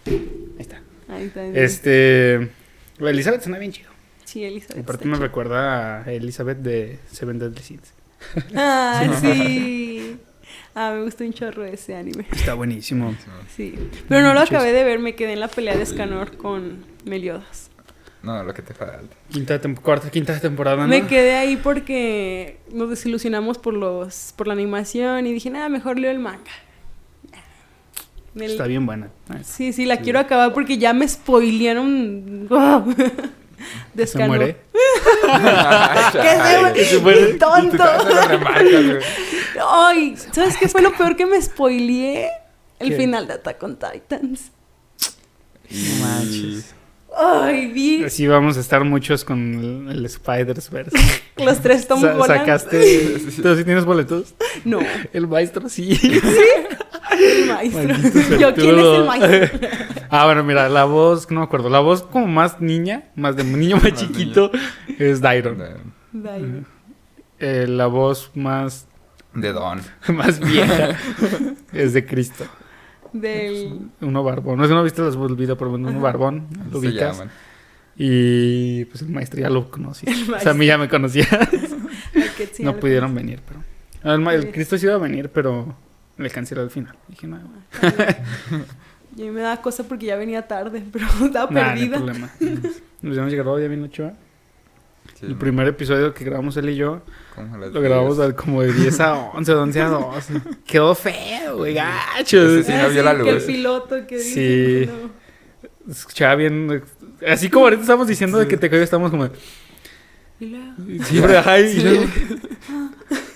Speaker 2: Ahí está.
Speaker 1: Ahí está.
Speaker 2: Este. Elizabeth suena bien chido.
Speaker 1: Sí, Elizabeth.
Speaker 2: Aparte
Speaker 1: está
Speaker 2: me
Speaker 1: chida.
Speaker 2: recuerda a Elizabeth de Seven Deadly Sins.
Speaker 1: Ah, sí. Ah, me gusta un chorro ese anime.
Speaker 2: Está buenísimo.
Speaker 1: Sí. Pero no lo
Speaker 2: Muchas.
Speaker 1: acabé de ver, me quedé en la pelea de Escanor con Meliodas.
Speaker 3: No, lo que te falta.
Speaker 2: Quinta tem- cuarta, quinta temporada, ¿no?
Speaker 1: Me quedé ahí porque nos desilusionamos por los por la animación y dije, nada, mejor leo el manga. Me-
Speaker 2: Está bien buena. Ah, es-
Speaker 1: Sí, sí, la quiero acabar porque ya me spoilearon. ¡Guau! de
Speaker 2: Se
Speaker 1: Escanor.
Speaker 2: muere.
Speaker 1: Que
Speaker 2: muere.
Speaker 1: se muere. Tonto.
Speaker 3: remarcas,
Speaker 1: Ay, ¿sabes qué fue lo peor que me spoileé? El
Speaker 2: ¿Qué?
Speaker 1: final de Attack on Titans.
Speaker 3: güey.
Speaker 2: No manches.
Speaker 1: Ay, vi
Speaker 2: Así vamos a estar muchos con el, el Spider-Verse.
Speaker 1: los tres Tom
Speaker 2: Sa-
Speaker 1: Holland.
Speaker 2: sacaste. ¿Tú sí tienes boletos?
Speaker 1: No,
Speaker 2: El maestro sí.
Speaker 1: el maestro.
Speaker 2: Maldito
Speaker 1: Yo, ¿quién es el
Speaker 2: suertudo.
Speaker 1: maestro?
Speaker 2: ah, bueno, mira, la voz, no me acuerdo. La voz como más niña, más de niño más
Speaker 3: Más
Speaker 2: chiquito, es Dairon.
Speaker 3: De-
Speaker 1: Dai.
Speaker 2: Eh, la voz más,
Speaker 3: De Don.
Speaker 2: más vieja es de Cristo.
Speaker 1: Del.
Speaker 2: Uno barbón. No sé si no viste los video, pero bueno, uno
Speaker 1: Ajá.
Speaker 2: barbón. Lo
Speaker 3: Se
Speaker 2: ubicas.
Speaker 3: llaman.
Speaker 2: Y pues el maestro ya lo conocía.
Speaker 1: El
Speaker 2: O sea, a mí ya me conocía.
Speaker 1: Ay, que sí,
Speaker 2: no
Speaker 1: algo
Speaker 2: pudieron venir, pero. Ah, El, ma- el
Speaker 1: Sí.
Speaker 2: Cristo sí iba a venir, pero le canceló al final. Dije, no,
Speaker 1: así. Ay, Y a mí me da cosa porque ya venía tarde, pero estaba
Speaker 2: nah, no hay
Speaker 1: perdida.
Speaker 2: problema. Nos hemos llegado ya bien ocho.
Speaker 3: Sí,
Speaker 2: El primer episodio que grabamos él y yo,
Speaker 3: como las
Speaker 2: lo grabamos
Speaker 3: diez.
Speaker 2: al- como de 10 a 11, de 11 a 12. Quedó feo, güey, gacho.
Speaker 3: Ese Sí, no
Speaker 1: Ah,
Speaker 3: vio la
Speaker 1: Que el
Speaker 3: luz.
Speaker 1: piloto que
Speaker 2: Sí.
Speaker 1: dice. no.
Speaker 2: Escuchaba bien. Así como ahorita estamos diciendo de que te caigo, estamos como.
Speaker 1: Y luego,
Speaker 2: Siempre, ajá, y
Speaker 1: Sí.
Speaker 2: luego-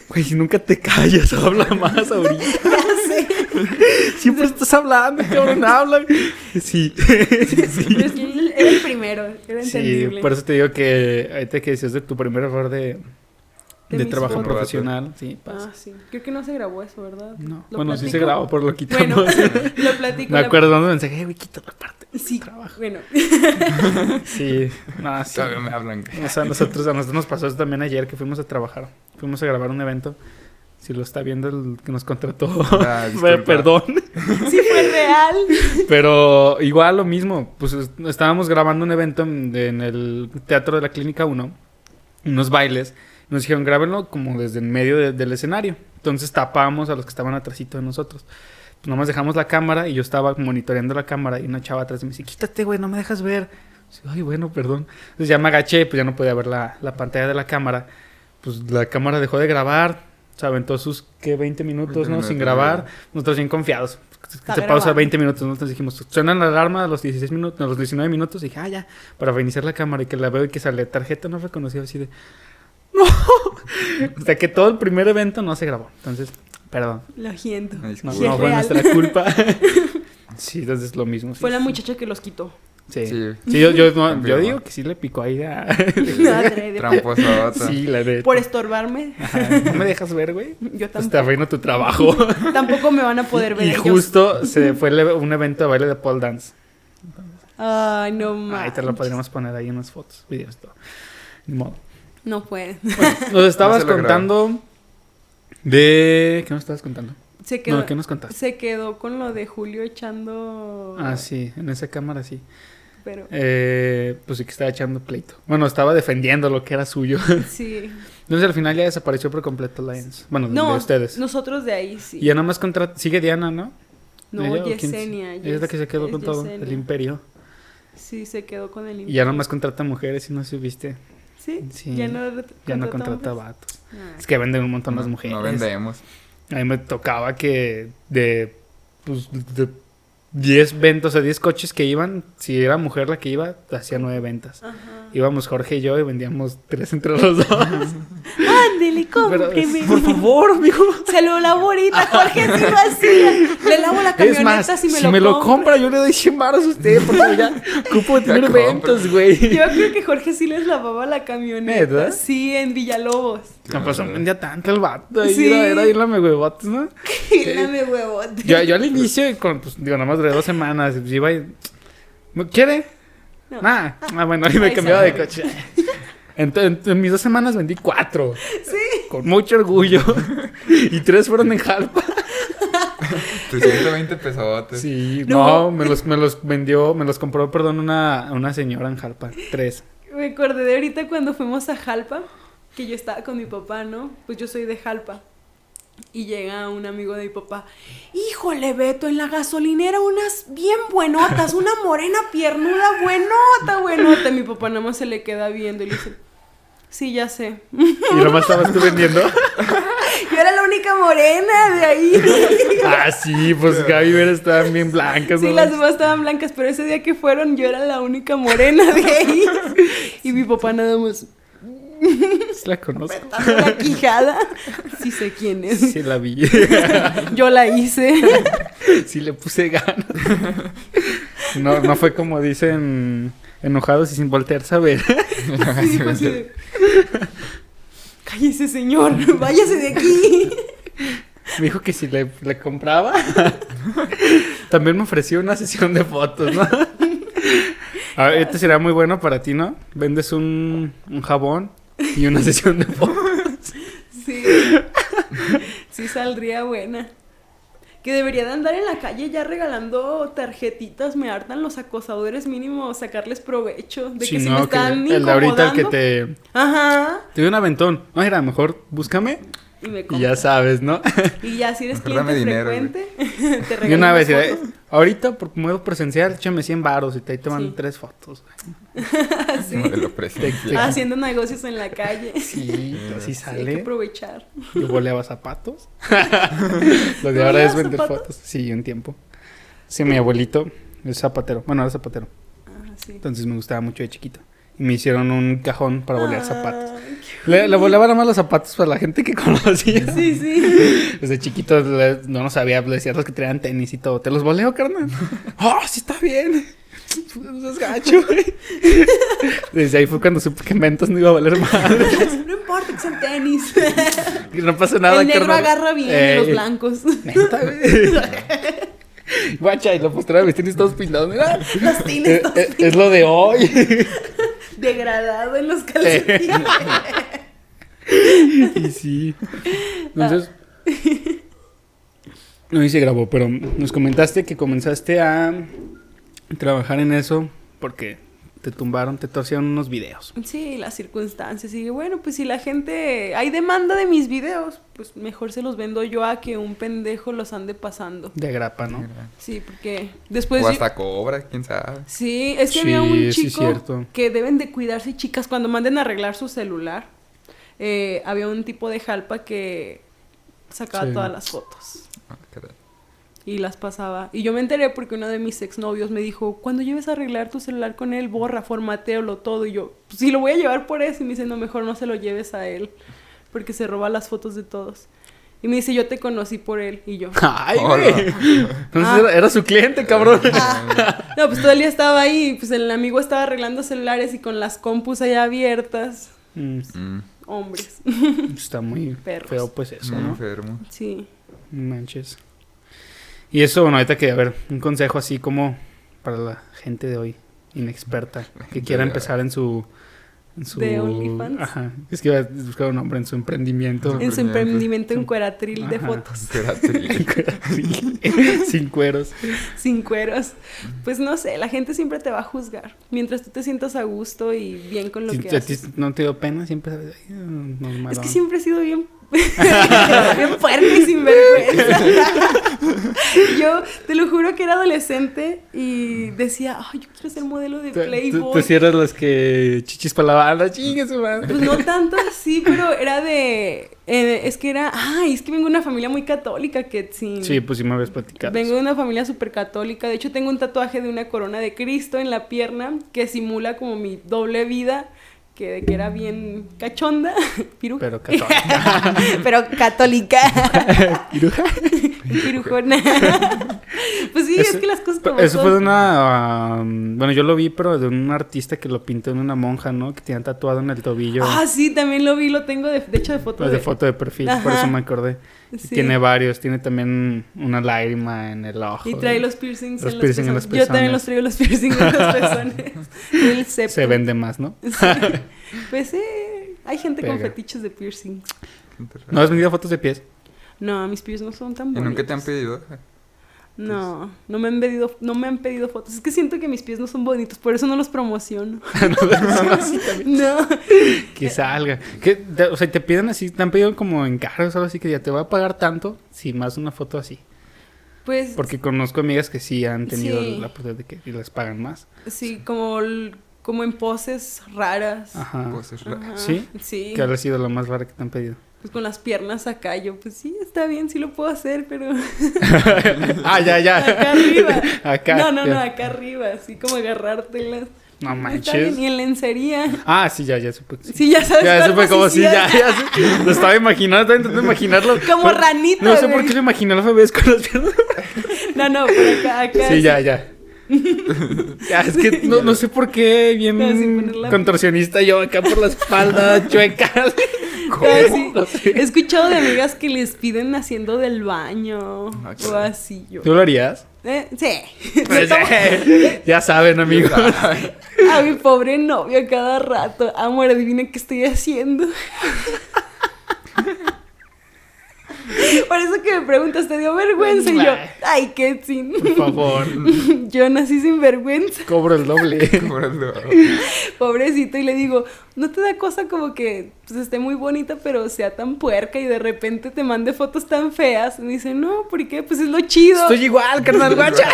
Speaker 2: Güey, si nunca te callas, habla más ahorita.
Speaker 1: ya sé.
Speaker 2: Siempre estás hablando, cabrón, habla. Sí.
Speaker 1: Pero es que él era el primero, era
Speaker 2: Sí,
Speaker 1: entendible.
Speaker 2: por eso te digo que ahorita que decías de tu primer error de,
Speaker 1: De
Speaker 2: de,
Speaker 1: mis
Speaker 2: trabajo
Speaker 3: ojos.
Speaker 2: profesional, sí, pasa.
Speaker 1: Ah, sí. Creo que no se grabó eso, ¿verdad?
Speaker 2: No.
Speaker 1: ¿Lo
Speaker 2: Bueno, sí se
Speaker 1: platico?
Speaker 2: grabó, pero lo quitamos.
Speaker 1: Bueno, lo platico.
Speaker 2: Me
Speaker 1: la-
Speaker 2: acuerdo dando mensaje, "Eh, güey, quita la parte.
Speaker 1: Sí, bueno.
Speaker 2: Sí, no, sí.
Speaker 3: Todavía me hablan. güey.
Speaker 2: O sea, nosotros, a nosotros nos pasó eso también ayer que fuimos a trabajar. Fuimos a grabar un evento. Si lo está viendo el que nos contrató,
Speaker 3: Ah, disculpa.
Speaker 2: perdón.
Speaker 1: Sí fue real.
Speaker 2: Pero igual lo mismo, pues es- estábamos grabando un evento en, de- en el Teatro de la Clínica 1, unos bailes, nos dijeron grábenlo como desde en medio de- del escenario. Entonces tapamos a los que estaban atrásito de nosotros. Pues nomás dejamos la cámara y yo estaba monitoreando la cámara y una chava atrás me dice, quítate, güey, no me dejas ver. Dice, Ay, bueno, perdón. Entonces ya me agaché, pues ya no podía ver la, la pantalla de la cámara. Pues la cámara dejó de grabar, se aventó sus, ¿qué? 20 minutos,
Speaker 3: 20
Speaker 2: ¿no? Sin
Speaker 3: minutos,
Speaker 2: grabar. Nosotros bien confiados.
Speaker 1: Está
Speaker 2: se pausa
Speaker 1: grabando.
Speaker 2: 20 minutos, nosotros dijimos, suena la alarma a los 16 minutos, a los 19 minutos, y dije, ah, ya, para reiniciar la cámara y que la veo y que sale tarjeta no reconocida, así de, no. Hasta que todo el primer evento no se grabó. Entonces, perdón.
Speaker 1: Lo siento.
Speaker 3: Una
Speaker 2: No,
Speaker 3: disculpa.
Speaker 1: Sí, es
Speaker 2: no fue
Speaker 1: real.
Speaker 2: nuestra culpa. sí, entonces lo mismo. sí.
Speaker 1: Fue la muchacha que los quitó.
Speaker 2: Sí. sí.
Speaker 3: Sí.
Speaker 2: yo, yo, no, yo
Speaker 3: Confirmo.
Speaker 2: digo que sí le picó ahí a...
Speaker 1: Madre de-
Speaker 3: Tramposota.
Speaker 2: sí, la de...
Speaker 1: Por estorbarme,
Speaker 2: no me dejas ver, güey.
Speaker 1: yo
Speaker 2: Pues te
Speaker 1: tampoco,
Speaker 2: arruino tu trabajo.
Speaker 1: tampoco me van a poder ver.
Speaker 2: y
Speaker 1: ellos.
Speaker 2: justo se fue el- e- un evento de baile de pole dance.
Speaker 1: Ay, no
Speaker 2: Ahí
Speaker 1: mames.
Speaker 2: te lo podríamos poner ahí en las fotos, videos, todo. Ni modo.
Speaker 1: No puede.
Speaker 2: Nos estabas
Speaker 3: se logró.
Speaker 2: contando de... ¿Qué nos estabas contando?
Speaker 1: Se quedó,
Speaker 2: No, ¿qué nos contaste?
Speaker 1: se quedó con lo de Julio echando.
Speaker 2: Ah, sí, en esa cámara sí.
Speaker 1: Pero
Speaker 2: Eh, pues sí que estaba echando pleito. Bueno, estaba defendiendo lo que era suyo.
Speaker 1: sí.
Speaker 2: Entonces al final ya desapareció por completo la Ens. Bueno, de-
Speaker 1: No,
Speaker 2: de ustedes.
Speaker 1: nosotros de ahí
Speaker 2: Y
Speaker 1: sí.
Speaker 2: ya nada más contra... sigue Diana, ¿no?
Speaker 1: No,
Speaker 2: ¿Ella o quién?
Speaker 1: Yesenia.
Speaker 2: Ella es la que se quedó
Speaker 1: Yes-
Speaker 2: con todo,
Speaker 1: Yesenia.
Speaker 2: el imperio.
Speaker 1: Sí, se quedó con el
Speaker 2: Y ya
Speaker 1: imperio.
Speaker 2: nada más contrata mujeres y no subiste.
Speaker 1: Sí,
Speaker 2: Sí,
Speaker 1: ya no, Ah.
Speaker 2: Ya no contrata
Speaker 1: contrataba
Speaker 2: vatos. Es que venden un montón las mujeres.
Speaker 3: No vendemos.
Speaker 2: A mí me tocaba que de pues de 10 ventas, o sea, 10 coches que iban, si era mujer la que iba, hacía 9 ventas.
Speaker 1: Ajá.
Speaker 2: Íbamos Jorge y yo y vendíamos 3 entre los dos.
Speaker 1: Ándele, cómpreme.
Speaker 2: Por favor, amigo.
Speaker 1: Se lo lavo ahorita, Jorge, si lo hacía. Le lavo la camioneta
Speaker 2: Es más,
Speaker 1: si me lo
Speaker 2: compra, yo le doy 100 baros a usted, porque ya cupo de tener
Speaker 3: compra.
Speaker 2: eventos, güey.
Speaker 1: Yo creo que Jorge sí les lavaba la camioneta.
Speaker 2: ¿Neta?
Speaker 1: Sí, en Villalobos.
Speaker 2: No, pues no vendía tanto el vato. Ahí
Speaker 1: Sí.
Speaker 2: era, era ahí la me huevotes, ¿no?
Speaker 1: Dame huevote.
Speaker 2: Yo, yo al inicio, con, pues, digo, nada más duré dos semanas. pues, iba y... ¿Me ¿Quiere?
Speaker 1: No.
Speaker 2: Nah. Ah, bueno, y me
Speaker 1: Ahí
Speaker 2: cambiaba de
Speaker 1: sale.
Speaker 2: coche. En, to- en- en mis dos semanas vendí cuatro.
Speaker 1: Sí.
Speaker 2: Con mucho orgullo. y tres fueron en Jalpa.
Speaker 3: 320 pesotes.
Speaker 2: Sí,
Speaker 1: No.
Speaker 2: no, me, los, me los vendió, me los compró, perdón, una, una señora en Jalpa. Tres.
Speaker 1: Me acordé de ahorita cuando fuimos a Jalpa, que yo estaba con mi papá, ¿no? Pues yo soy de Jalpa. Y llega un amigo de mi papá. Híjole, Beto, en la gasolinera unas bien buenotas, una morena piernuda, buenota, buenota. Y Mi papá nada más se le queda viendo y le dice, sí, ya sé.
Speaker 2: Y lo más estabas tú vendiendo.
Speaker 1: Yo era la única morena de ahí.
Speaker 2: ah, sí, pues Gaby y Vera estaban bien blancas.
Speaker 1: Sí,
Speaker 2: ¿no?
Speaker 1: las demás estaban blancas, pero ese día que fueron yo era la única morena de ahí. Y mi papá nada más,
Speaker 2: Sí la conozco.
Speaker 1: "Dame la quijada. Sí sé quién es.
Speaker 2: Sí la vi.
Speaker 1: Yo la hice.
Speaker 2: sí le puse ganas. no, no fue como dicen enojados y sin voltearse a ver.
Speaker 1: Sí, fue así de, Cállese, señor. Váyase de aquí.
Speaker 2: Me dijo que si le, le compraba. También me ofreció una sesión de fotos, ¿no? A ver, esto será muy bueno para ti, ¿no? Vendes un, un jabón y una sesión de fotos.
Speaker 1: Sí. Sí saldría buena. Que debería de andar en la calle ya regalando tarjetitas. Me hartan los acosadores mínimo sacarles provecho de
Speaker 2: Si
Speaker 1: que si
Speaker 2: no,
Speaker 1: me están
Speaker 2: el de ahorita el que
Speaker 1: incomodando.
Speaker 2: te,
Speaker 1: Ajá.
Speaker 2: te dio un aventón. No, era mejor búscame
Speaker 1: Y me
Speaker 2: y ya
Speaker 1: compras.
Speaker 2: sabes, ¿no?
Speaker 1: Y ya si eres
Speaker 3: Mejor
Speaker 1: cliente
Speaker 3: dame dinero,
Speaker 1: frecuente, te
Speaker 2: Y
Speaker 1: regalan
Speaker 2: una vez,
Speaker 1: fotos.
Speaker 2: eh, ahorita por modo presencial, échame 100 baros y te, ahí te mando
Speaker 1: Sí.
Speaker 2: tres fotos. güey.
Speaker 1: Sí.
Speaker 3: Modelo presencial.
Speaker 2: Ah,
Speaker 1: Haciendo negocios en la calle.
Speaker 2: Sí, así
Speaker 1: Sí, hay que
Speaker 2: sale.
Speaker 1: aprovechar.
Speaker 2: Yo voleaba zapatos. Lo de ahora es
Speaker 1: ¿Voleabas
Speaker 2: vender
Speaker 1: zapatos?
Speaker 2: fotos. Sí, un tiempo. Sí, mi abuelito es zapatero. Bueno, era zapatero.
Speaker 1: Ah, sí.
Speaker 2: Entonces me gustaba mucho de chiquito. Y me hicieron un cajón para
Speaker 1: Ah.
Speaker 2: volear zapatos.
Speaker 1: Ay, qué
Speaker 2: Le, le voleaba nada más los zapatos para la gente que conocía.
Speaker 1: bonito. Sí, sí.
Speaker 2: Desde chiquito le- no lo sabía, le decía a los que traían tenis y todo. Te los voleo, carnal. ¡Oh, sí está bien! No seas gacho, güey. Desde ahí fue cuando supe que Mentos no iba a valer más.
Speaker 1: No importa que sean tenis.
Speaker 2: No Eh, pasa nada,
Speaker 1: el negro
Speaker 2: carnal.
Speaker 1: agarra bien y los
Speaker 2: Ey.
Speaker 1: blancos.
Speaker 2: Neta, güey. Guacha, y lo postraba mis tenis todos pintados. Mira,
Speaker 1: Los tines
Speaker 2: Eh,
Speaker 1: todos
Speaker 2: eh, es lo de hoy.
Speaker 1: degradado en los calcetines.
Speaker 2: eh. y sí. Entonces. No, y se grabó, pero nos comentaste que comenzaste a trabajar en eso porque te tumbaron, te torcieron unos videos.
Speaker 1: Sí, las circunstancias. Y dije, bueno, pues si la gente. Hay demanda de mis videos, pues mejor se los vendo yo a que un pendejo los ande pasando.
Speaker 2: De grapa, ¿no?
Speaker 1: Sí, porque después.
Speaker 3: o
Speaker 1: yo-
Speaker 3: hasta cobra, quién sabe.
Speaker 1: Sí, es
Speaker 2: Sí,
Speaker 1: que había un
Speaker 2: sí,
Speaker 1: chico
Speaker 2: cierto.
Speaker 1: que deben de cuidarse, chicas, cuando manden a arreglar su celular. eh, había un tipo de jalpa que sacaba
Speaker 2: Sí.
Speaker 1: todas las fotos
Speaker 3: Ah, caray.
Speaker 1: y las pasaba. Y yo me enteré porque uno de mis exnovios me dijo, cuando lleves a arreglar tu celular con él, borra, formatealo todo. Y yo, pues sí, lo voy a llevar por eso. Y me dice, no, mejor no se lo lleves a él porque se roba las fotos de todos. Y me dice, yo te conocí por él. Y yo,
Speaker 2: Ay,
Speaker 3: Hola.
Speaker 2: güey. Entonces
Speaker 1: Ah.
Speaker 2: era, era su cliente, Este cabrón.
Speaker 3: Ah.
Speaker 1: No, pues todo el día estaba ahí, pues el amigo estaba arreglando celulares y con las compus ahí abiertas.
Speaker 2: Mm,
Speaker 3: Mm,
Speaker 1: Hombres.
Speaker 2: Está muy
Speaker 1: Perros.
Speaker 2: feo, pues eso,
Speaker 3: muy
Speaker 2: ¿no?
Speaker 3: enfermo.
Speaker 1: Sí.
Speaker 2: No Manches. Y eso, bueno, ahorita que, a ver, un consejo así como para la gente de hoy, inexperta, que
Speaker 3: gente
Speaker 2: quiera
Speaker 3: de
Speaker 2: empezar en su... En su
Speaker 1: ¿De OnlyFans?
Speaker 2: Ajá. Es que iba a buscar un nombre en su emprendimiento.
Speaker 1: En su emprendimiento en cueratril de
Speaker 2: Ajá.
Speaker 1: fotos,
Speaker 3: Espérate.
Speaker 2: Sin cueros.
Speaker 1: sin cueros. Pues no sé, la gente siempre te va a juzgar. Mientras tú te sientas a gusto y bien con lo
Speaker 2: Si-
Speaker 1: que
Speaker 2: a ti
Speaker 1: haces.
Speaker 2: ¿No te dio pena? Siempre sabes, ay, normal.
Speaker 1: Es que siempre he sido bien. bien puerca y sinvergüenza. yo te lo juro que era adolescente y decía, ay, yo quiero ser modelo de
Speaker 2: Tú- Tú,
Speaker 1: Playboy.
Speaker 2: tú sí eras las que chichis para la banda, chingue su madre.
Speaker 1: Pues no tanto así, pero era de. eh, es que era. Ay, es que vengo de una familia muy católica, que sin.
Speaker 2: Sí, pues sí me habías platicado.
Speaker 1: Vengo de una familia súper católica. De hecho, tengo un tatuaje de una corona de Cristo en la pierna que simula como mi doble vida. que, de que era bien cachonda, piruja,
Speaker 2: Pero católica.
Speaker 1: pero católica,
Speaker 2: Piruja.
Speaker 1: pirujona. pues sí, es
Speaker 2: Eso-
Speaker 1: que las cosas como
Speaker 2: Eso fue
Speaker 1: son.
Speaker 2: de una. um, bueno, yo lo vi, pero de un artista que lo pintó en una monja, ¿no? Que tenía tatuado en el tobillo.
Speaker 1: Ah, sí, también lo vi, lo tengo de, de hecho de foto.
Speaker 2: pues, de foto de perfil, por
Speaker 1: Ajá.
Speaker 2: eso me acordé. Y
Speaker 1: sí.
Speaker 2: Tiene varios, tiene también una lágrima en el ojo.
Speaker 1: Y trae los piercings
Speaker 2: Los
Speaker 1: en,
Speaker 2: piercing en
Speaker 1: los
Speaker 2: los
Speaker 1: pezones. Yo
Speaker 2: pezones.
Speaker 1: también los traigo los piercings en los pezones. El septo.
Speaker 2: Se vende más, ¿no?
Speaker 1: Sí. Pues sí, hay gente con
Speaker 2: Pega.
Speaker 1: fetiches de piercings.
Speaker 2: ¿No has vendido fotos de pies?
Speaker 1: No, mis pies no son tan
Speaker 3: ¿Y
Speaker 1: bonitos.
Speaker 3: nunca te han pedido?
Speaker 1: No, no me han pedido, no me han pedido fotos. Es que siento que mis pies no son bonitos, por eso no los promociono. no,
Speaker 2: Que salga. Que, te- o sea, te piden así, te han pedido como encargos o algo así que ya te va a pagar tanto si más una foto así.
Speaker 1: pues
Speaker 2: Porque conozco amigas que sí han tenido
Speaker 1: Sí.
Speaker 2: la oportunidad de que les pagan más.
Speaker 1: sí, como, l- como en poses raras.
Speaker 2: Ajá.
Speaker 3: Pues es raro.
Speaker 1: Ajá,
Speaker 2: Ah, ¿Sí?
Speaker 1: Sí.
Speaker 2: ¿Qué ha sido lo más raro que te han pedido?
Speaker 1: Pues con las piernas acá, yo, pues sí, está bien, sí lo puedo hacer, pero
Speaker 2: ah, ya, ya.
Speaker 1: acá arriba.
Speaker 2: Acá.
Speaker 1: no, no,
Speaker 2: ya.
Speaker 1: no, acá arriba, así como agarrártelas.
Speaker 2: No
Speaker 1: Está bien,
Speaker 2: manches.
Speaker 1: y en lencería.
Speaker 2: Ah, sí, ya, ya supe. que sí.
Speaker 1: Sí, ya sabes.
Speaker 2: Ya
Speaker 1: cuál
Speaker 2: supe
Speaker 1: más
Speaker 2: como
Speaker 1: es
Speaker 2: sí, ya,
Speaker 1: cierta.
Speaker 2: ya. sé. Lo estaba imaginando, estaba intentando imaginarlo.
Speaker 1: Como
Speaker 2: No-
Speaker 1: ranita,
Speaker 2: No sé por
Speaker 1: güey.
Speaker 2: qué lo imaginé a los bebés con las piernas.
Speaker 1: No, no, pero acá, acá.
Speaker 2: Sí, ya, ya. Ya, es que no, no sé por qué,
Speaker 1: No, sin
Speaker 2: bien
Speaker 1: ponerla-
Speaker 2: contorsionista yo acá por la espalda, chueca.
Speaker 1: Ah, sí.
Speaker 2: No sé.
Speaker 1: He escuchado de amigas que les piden haciendo del baño
Speaker 3: Ah,
Speaker 1: o
Speaker 3: claro.
Speaker 1: así yo.
Speaker 2: ¿Tú lo harías?
Speaker 1: Eh, sí. Me
Speaker 2: Pues,
Speaker 1: tomo-
Speaker 2: eh, ya saben, amigos.
Speaker 1: a mi pobre novio a cada rato. Amor, adivina qué estoy haciendo. Por eso que me preguntas, ¿te dio vergüenza? Y yo, ay, qué sin.
Speaker 2: Por favor,
Speaker 1: Yo nací sin vergüenza,
Speaker 2: cobro el doble.
Speaker 3: Cobrando.
Speaker 1: pobrecito. Y le digo, ¿no te da cosa como que pues, esté muy bonita, pero sea tan puerca y de repente te mande fotos tan feas? Y me dice, no, ¿por qué? Pues es lo chido.
Speaker 2: Estoy igual, carnal guacha.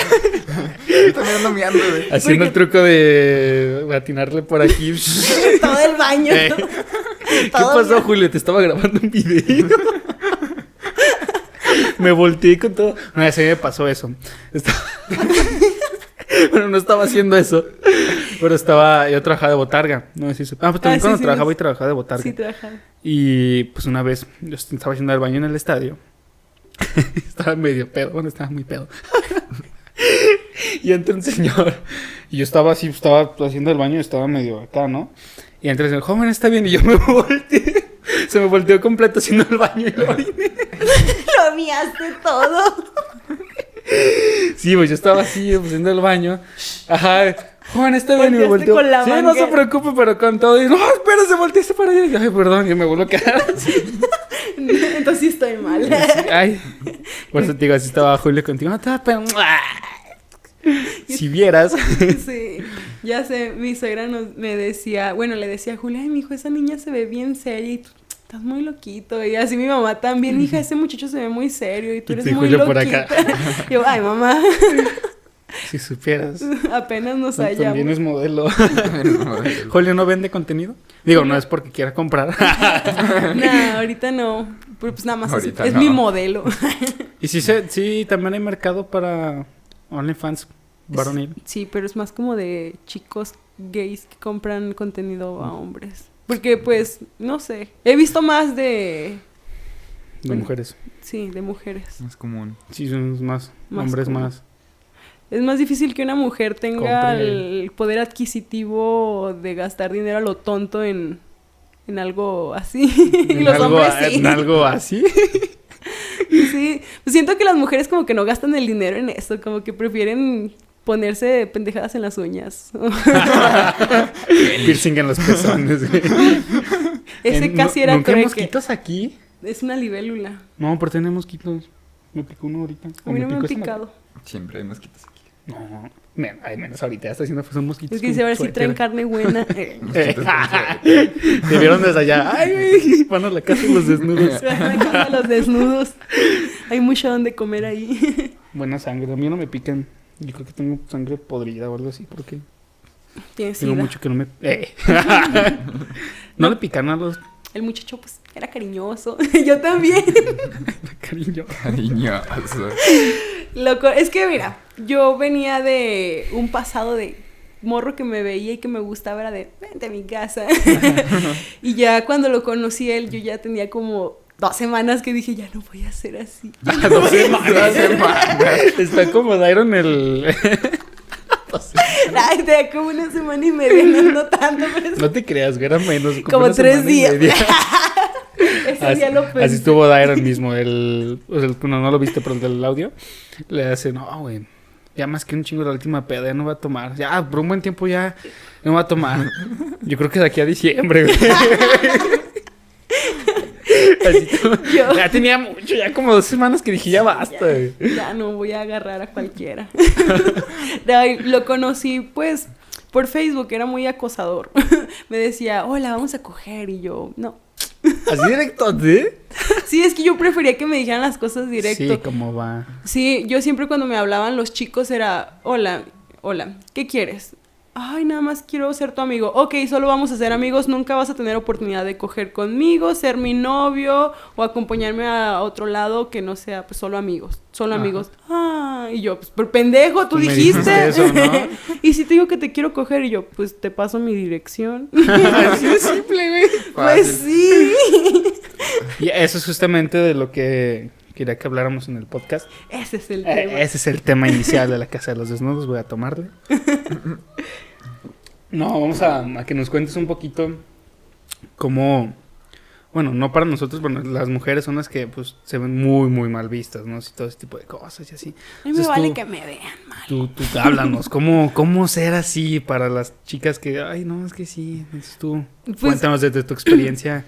Speaker 3: Yo también ando miando, güey.
Speaker 2: Haciendo el
Speaker 1: Porque-
Speaker 2: truco de atinarle por aquí.
Speaker 1: todo el baño.
Speaker 2: Eh, ¿Qué pasó, Julio? Te estaba grabando un video. me volteé con todo. Una vez a mí me pasó eso. Estaba... bueno, no estaba haciendo eso. Pero estaba. Yo trabajaba de botarga. No sé si se- Ah, pues también
Speaker 1: Ah, sí,
Speaker 2: cuando
Speaker 1: sí,
Speaker 2: trabajaba
Speaker 1: los-
Speaker 2: y trabajaba de botarga.
Speaker 1: Sí, trabaja.
Speaker 2: Y pues una vez yo est- estaba yendo al baño en el estadio. estaba medio pedo, bueno, estaba muy pedo. y entra un señor. Y yo estaba así, estaba haciendo el baño, estaba medio acá, ¿no? Y entra el señor, joven, está bien. Y yo me volteé. Se me volteó completo haciendo el baño. Y lo oriné.
Speaker 1: Lo miaste todo.
Speaker 2: sí, pues yo estaba así, pues, haciendo el baño. Ajá. Joven, está bien. Y me
Speaker 1: Volteaste
Speaker 2: volteó.
Speaker 1: con la
Speaker 2: sí, no se
Speaker 1: manguera.
Speaker 2: preocupe, pero con todo. Y no, espera, se volteaste para allá. Y yo, ay, perdón, yo me vuelvo a quedar así.
Speaker 1: Entonces sí estoy mal.
Speaker 2: Ay, por eso te digo, así estaba Julio contigo. No te da pena. Si vieras.
Speaker 1: Sí, ya sé, mi suegra nos, me decía, bueno, le decía a Julia, ay, mi hijo, esa niña se ve bien seria y tú estás muy loquito. Y así mi mamá también, hija, ese muchacho se ve muy serio y
Speaker 2: Y
Speaker 1: tú eres
Speaker 2: sí,
Speaker 1: muy
Speaker 2: Julia por
Speaker 1: loquita.
Speaker 2: acá.
Speaker 1: Yo, ay, mamá,
Speaker 2: Si supieras.
Speaker 1: apenas nos
Speaker 2: También
Speaker 1: hallamos.
Speaker 2: es modelo.
Speaker 3: También ando miando.
Speaker 2: Julio no vende contenido. Digo, no es porque quiera comprar.
Speaker 1: Nah, ahorita no. Pero pues nada más es-
Speaker 3: Ahorita
Speaker 1: es,
Speaker 3: no.
Speaker 1: mi modelo.
Speaker 2: Y sí, se, sí, también hay mercado para OnlyFans varonil.
Speaker 1: Sí, pero es más como de chicos gays que compran contenido a hombres. Porque pues, no sé, he visto más de,
Speaker 2: De mujeres.
Speaker 1: sí, de mujeres.
Speaker 3: Es común.
Speaker 2: Sí, son más.
Speaker 1: Más
Speaker 2: hombres
Speaker 1: como-
Speaker 2: más.
Speaker 1: Es más difícil que una mujer tenga
Speaker 2: Compre.
Speaker 1: el poder adquisitivo de gastar dinero a lo tonto en, en algo así. Y
Speaker 2: En
Speaker 1: los
Speaker 2: algo-
Speaker 1: hombres sí.
Speaker 2: En algo así.
Speaker 1: Sí. Pues siento que las mujeres como que no gastan el dinero en eso, como que prefieren ponerse pendejadas en las uñas.
Speaker 2: Piercing en los pezones. güey.
Speaker 1: Ese
Speaker 2: En-
Speaker 1: casi
Speaker 2: ¿nu-
Speaker 1: era
Speaker 2: ¿Nunca hay
Speaker 1: trueque.
Speaker 2: mosquitos aquí?
Speaker 1: Es una libélula.
Speaker 2: No, pero tenemos mosquitos. Me picó uno ahorita.
Speaker 1: A
Speaker 2: O
Speaker 1: mí no me han
Speaker 2: picó esta
Speaker 1: picado.
Speaker 3: Siempre hay mosquitos aquí.
Speaker 2: No, men, ay, menos ahorita ya está haciendo pues, un mosquito.
Speaker 1: Es que dice, a ver si traen carne buena.
Speaker 2: Te vieron desde allá. Ay, güey, van a la casa de los desnudos.
Speaker 1: Se van a casa a los desnudos. Hay mucho donde comer ahí.
Speaker 2: Buena sangre, a mí no me pican. Yo creo que tengo sangre podrida o algo así, porque
Speaker 1: Tienes
Speaker 2: tengo
Speaker 1: sida.
Speaker 2: mucho que no me. Eh. no le pican a los
Speaker 1: El muchacho, pues, era cariñoso. Yo también.
Speaker 2: cariño.
Speaker 3: Cariñoso.
Speaker 1: Loco, es que mira, yo venía de un pasado de morro que me veía y que me gustaba era de, vente a mi casa. y ya cuando lo conocí a él, yo ya tenía como dos semanas que dije, ya no voy a ser así. Ya no
Speaker 2: Dos
Speaker 1: voy a
Speaker 2: semanas.
Speaker 1: ser
Speaker 2: Está como Dairon el.
Speaker 1: Ay, te da como una semana y media, no, no tanto, pero es-
Speaker 2: No te creas, güey, era menos.
Speaker 1: Como
Speaker 2: una
Speaker 1: tres
Speaker 2: semana y
Speaker 1: días.
Speaker 2: media.
Speaker 1: ese
Speaker 2: Así,
Speaker 1: día lo pensé.
Speaker 2: así estuvo Dairon mismo. El, o sea, el- no, no lo viste, pero el del audio. Le hace, no, güey. Ya más que un chingo la última peda, ya no va a tomar. Ya, por un buen tiempo ya no va a tomar. Yo creo que de aquí a diciembre, güey. Así tú-
Speaker 1: Yo-
Speaker 2: ya tenía mucho, ya como dos semanas que dije, ya basta, güey.
Speaker 1: Ya no voy a agarrar a cualquiera. No, y lo conocí pues por Facebook, era muy acosador. Me decía, hola, vamos a coger. Y yo, no.
Speaker 2: Así directo, ¿eh?
Speaker 1: Sí, es que yo prefería que me dijeran las cosas directo.
Speaker 2: Sí, como va.
Speaker 1: Sí, yo siempre cuando me hablaban los chicos era, hola, hola, ¿qué quieres? Ay, nada más quiero ser tu amigo. Ok, solo vamos a ser amigos, nunca vas a tener oportunidad de coger conmigo, ser mi novio o acompañarme a otro lado que no sea pues solo amigos, solo
Speaker 2: Ajá.
Speaker 1: amigos. Ah, y yo, pues por pendejo,
Speaker 2: Tú
Speaker 1: tú,
Speaker 2: me
Speaker 1: dijiste.
Speaker 2: dijiste eso, ¿no?
Speaker 1: y si te digo que te quiero coger y yo, pues te paso mi dirección.
Speaker 2: Así de simple, güey.
Speaker 1: pues sí.
Speaker 2: Y eso es justamente de lo que quería que habláramos en el podcast.
Speaker 1: Ese es el
Speaker 2: Eh,
Speaker 1: tema.
Speaker 2: ese es el tema inicial de la Casa de los Desnudos. Voy a tomarle. No, vamos a, a que nos cuentes un poquito cómo. Bueno, no para nosotros, bueno, las mujeres son las que pues se ven muy, muy mal vistas, ¿no? Así, todo ese tipo de cosas y así.
Speaker 1: A mí me
Speaker 2: Entonces,
Speaker 1: vale
Speaker 2: tú-
Speaker 1: que me vean.
Speaker 2: Tú, tú háblanos, ¿cómo, ¿cómo ser así para las chicas que, ay, no, es que sí, entonces tú
Speaker 1: Pues-
Speaker 2: cuéntanos desde tu experiencia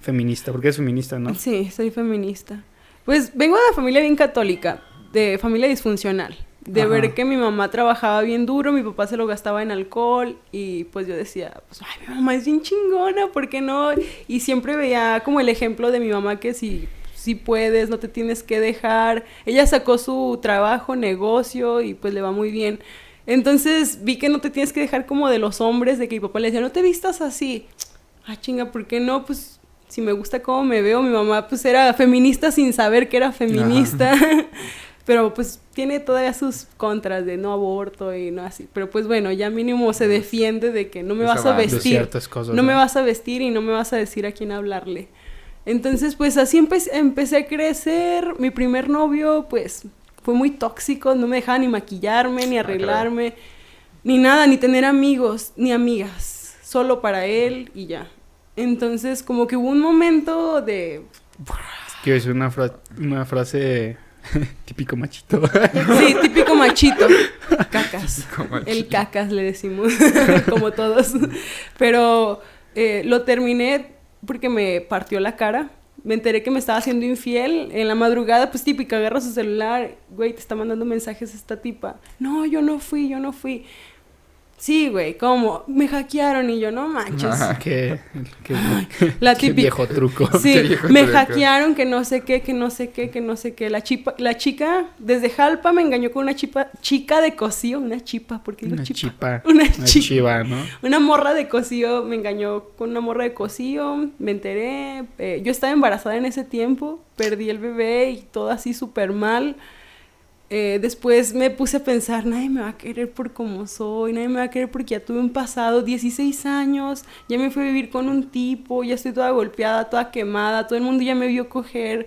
Speaker 2: feminista, porque eres feminista, ¿no?
Speaker 1: Sí, soy feminista. Pues vengo de una familia bien católica, de familia disfuncional. De
Speaker 2: Ajá.
Speaker 1: ver que mi mamá trabajaba bien duro, mi papá se lo gastaba en alcohol y pues yo decía, pues ay, mi mamá es bien chingona, ¿por qué no? Y siempre veía como el ejemplo de mi mamá que si, si puedes, no te tienes que dejar. Ella sacó su trabajo, negocio y pues le va muy bien. Entonces vi que no te tienes que dejar como de los hombres, de que mi papá le decía, no te vistas así. Ah, chinga, ¿por qué no? Pues si me gusta cómo me veo, mi mamá pues era feminista sin saber que era feminista. Pero pues tiene todavía sus contras de no aborto y no así. Pero pues bueno, ya mínimo se defiende de que no me
Speaker 3: Esa
Speaker 1: vas a
Speaker 3: va, lo
Speaker 2: De
Speaker 1: vestir.
Speaker 2: ciertas cosas.
Speaker 1: No me vas a vestir y no me vas a decir a quién hablarle. Entonces, pues así empe- empecé a crecer. Mi primer novio, pues, fue muy tóxico. No me dejaba ni maquillarme, ni
Speaker 3: Ah, caray.
Speaker 1: arreglarme, ni nada, ni tener amigos, ni amigas. Solo para él y ya. Entonces, como que hubo un momento de...
Speaker 2: Quiero decir una, fra- una frase típico machito.
Speaker 1: Sí, típico machito. Cacas.
Speaker 3: Como al
Speaker 1: El
Speaker 3: chile.
Speaker 1: cacas le decimos, como todos. Pero eh, lo terminé porque me partió la cara. Me enteré que me estaba haciendo infiel en la madrugada, pues típica, agarra su celular, güey, te está mandando mensajes esta tipa. No, yo no fui, yo no fui. Sí, güey, ¿cómo? Me hackearon y yo no manches.
Speaker 3: Ajá.
Speaker 2: que, que,
Speaker 1: Ah. La
Speaker 2: que
Speaker 1: típica.
Speaker 2: viejo truco.
Speaker 1: Sí,
Speaker 3: Qué viejo
Speaker 1: me
Speaker 3: truco.
Speaker 1: hackearon que no sé qué, que no sé qué, que no sé qué. La, chipa, la chica desde Jalpa me engañó con una chipa, chica de cocío, una chipa, porque digo
Speaker 2: Una
Speaker 1: chipa.
Speaker 2: chipa.
Speaker 1: Una
Speaker 2: Una
Speaker 1: chipa.
Speaker 2: chiva, ¿no?
Speaker 1: Una morra de cocío me engañó con una morra de cocío, me enteré, eh, yo estaba embarazada en ese tiempo, perdí el bebé y todo así súper mal. Eh, después me puse a pensar, nadie me va a querer por como soy, nadie me va a querer porque ya tuve un pasado, 16 años, ya me fui a vivir con un tipo, ya estoy toda golpeada, toda quemada, todo el mundo ya me vio coger.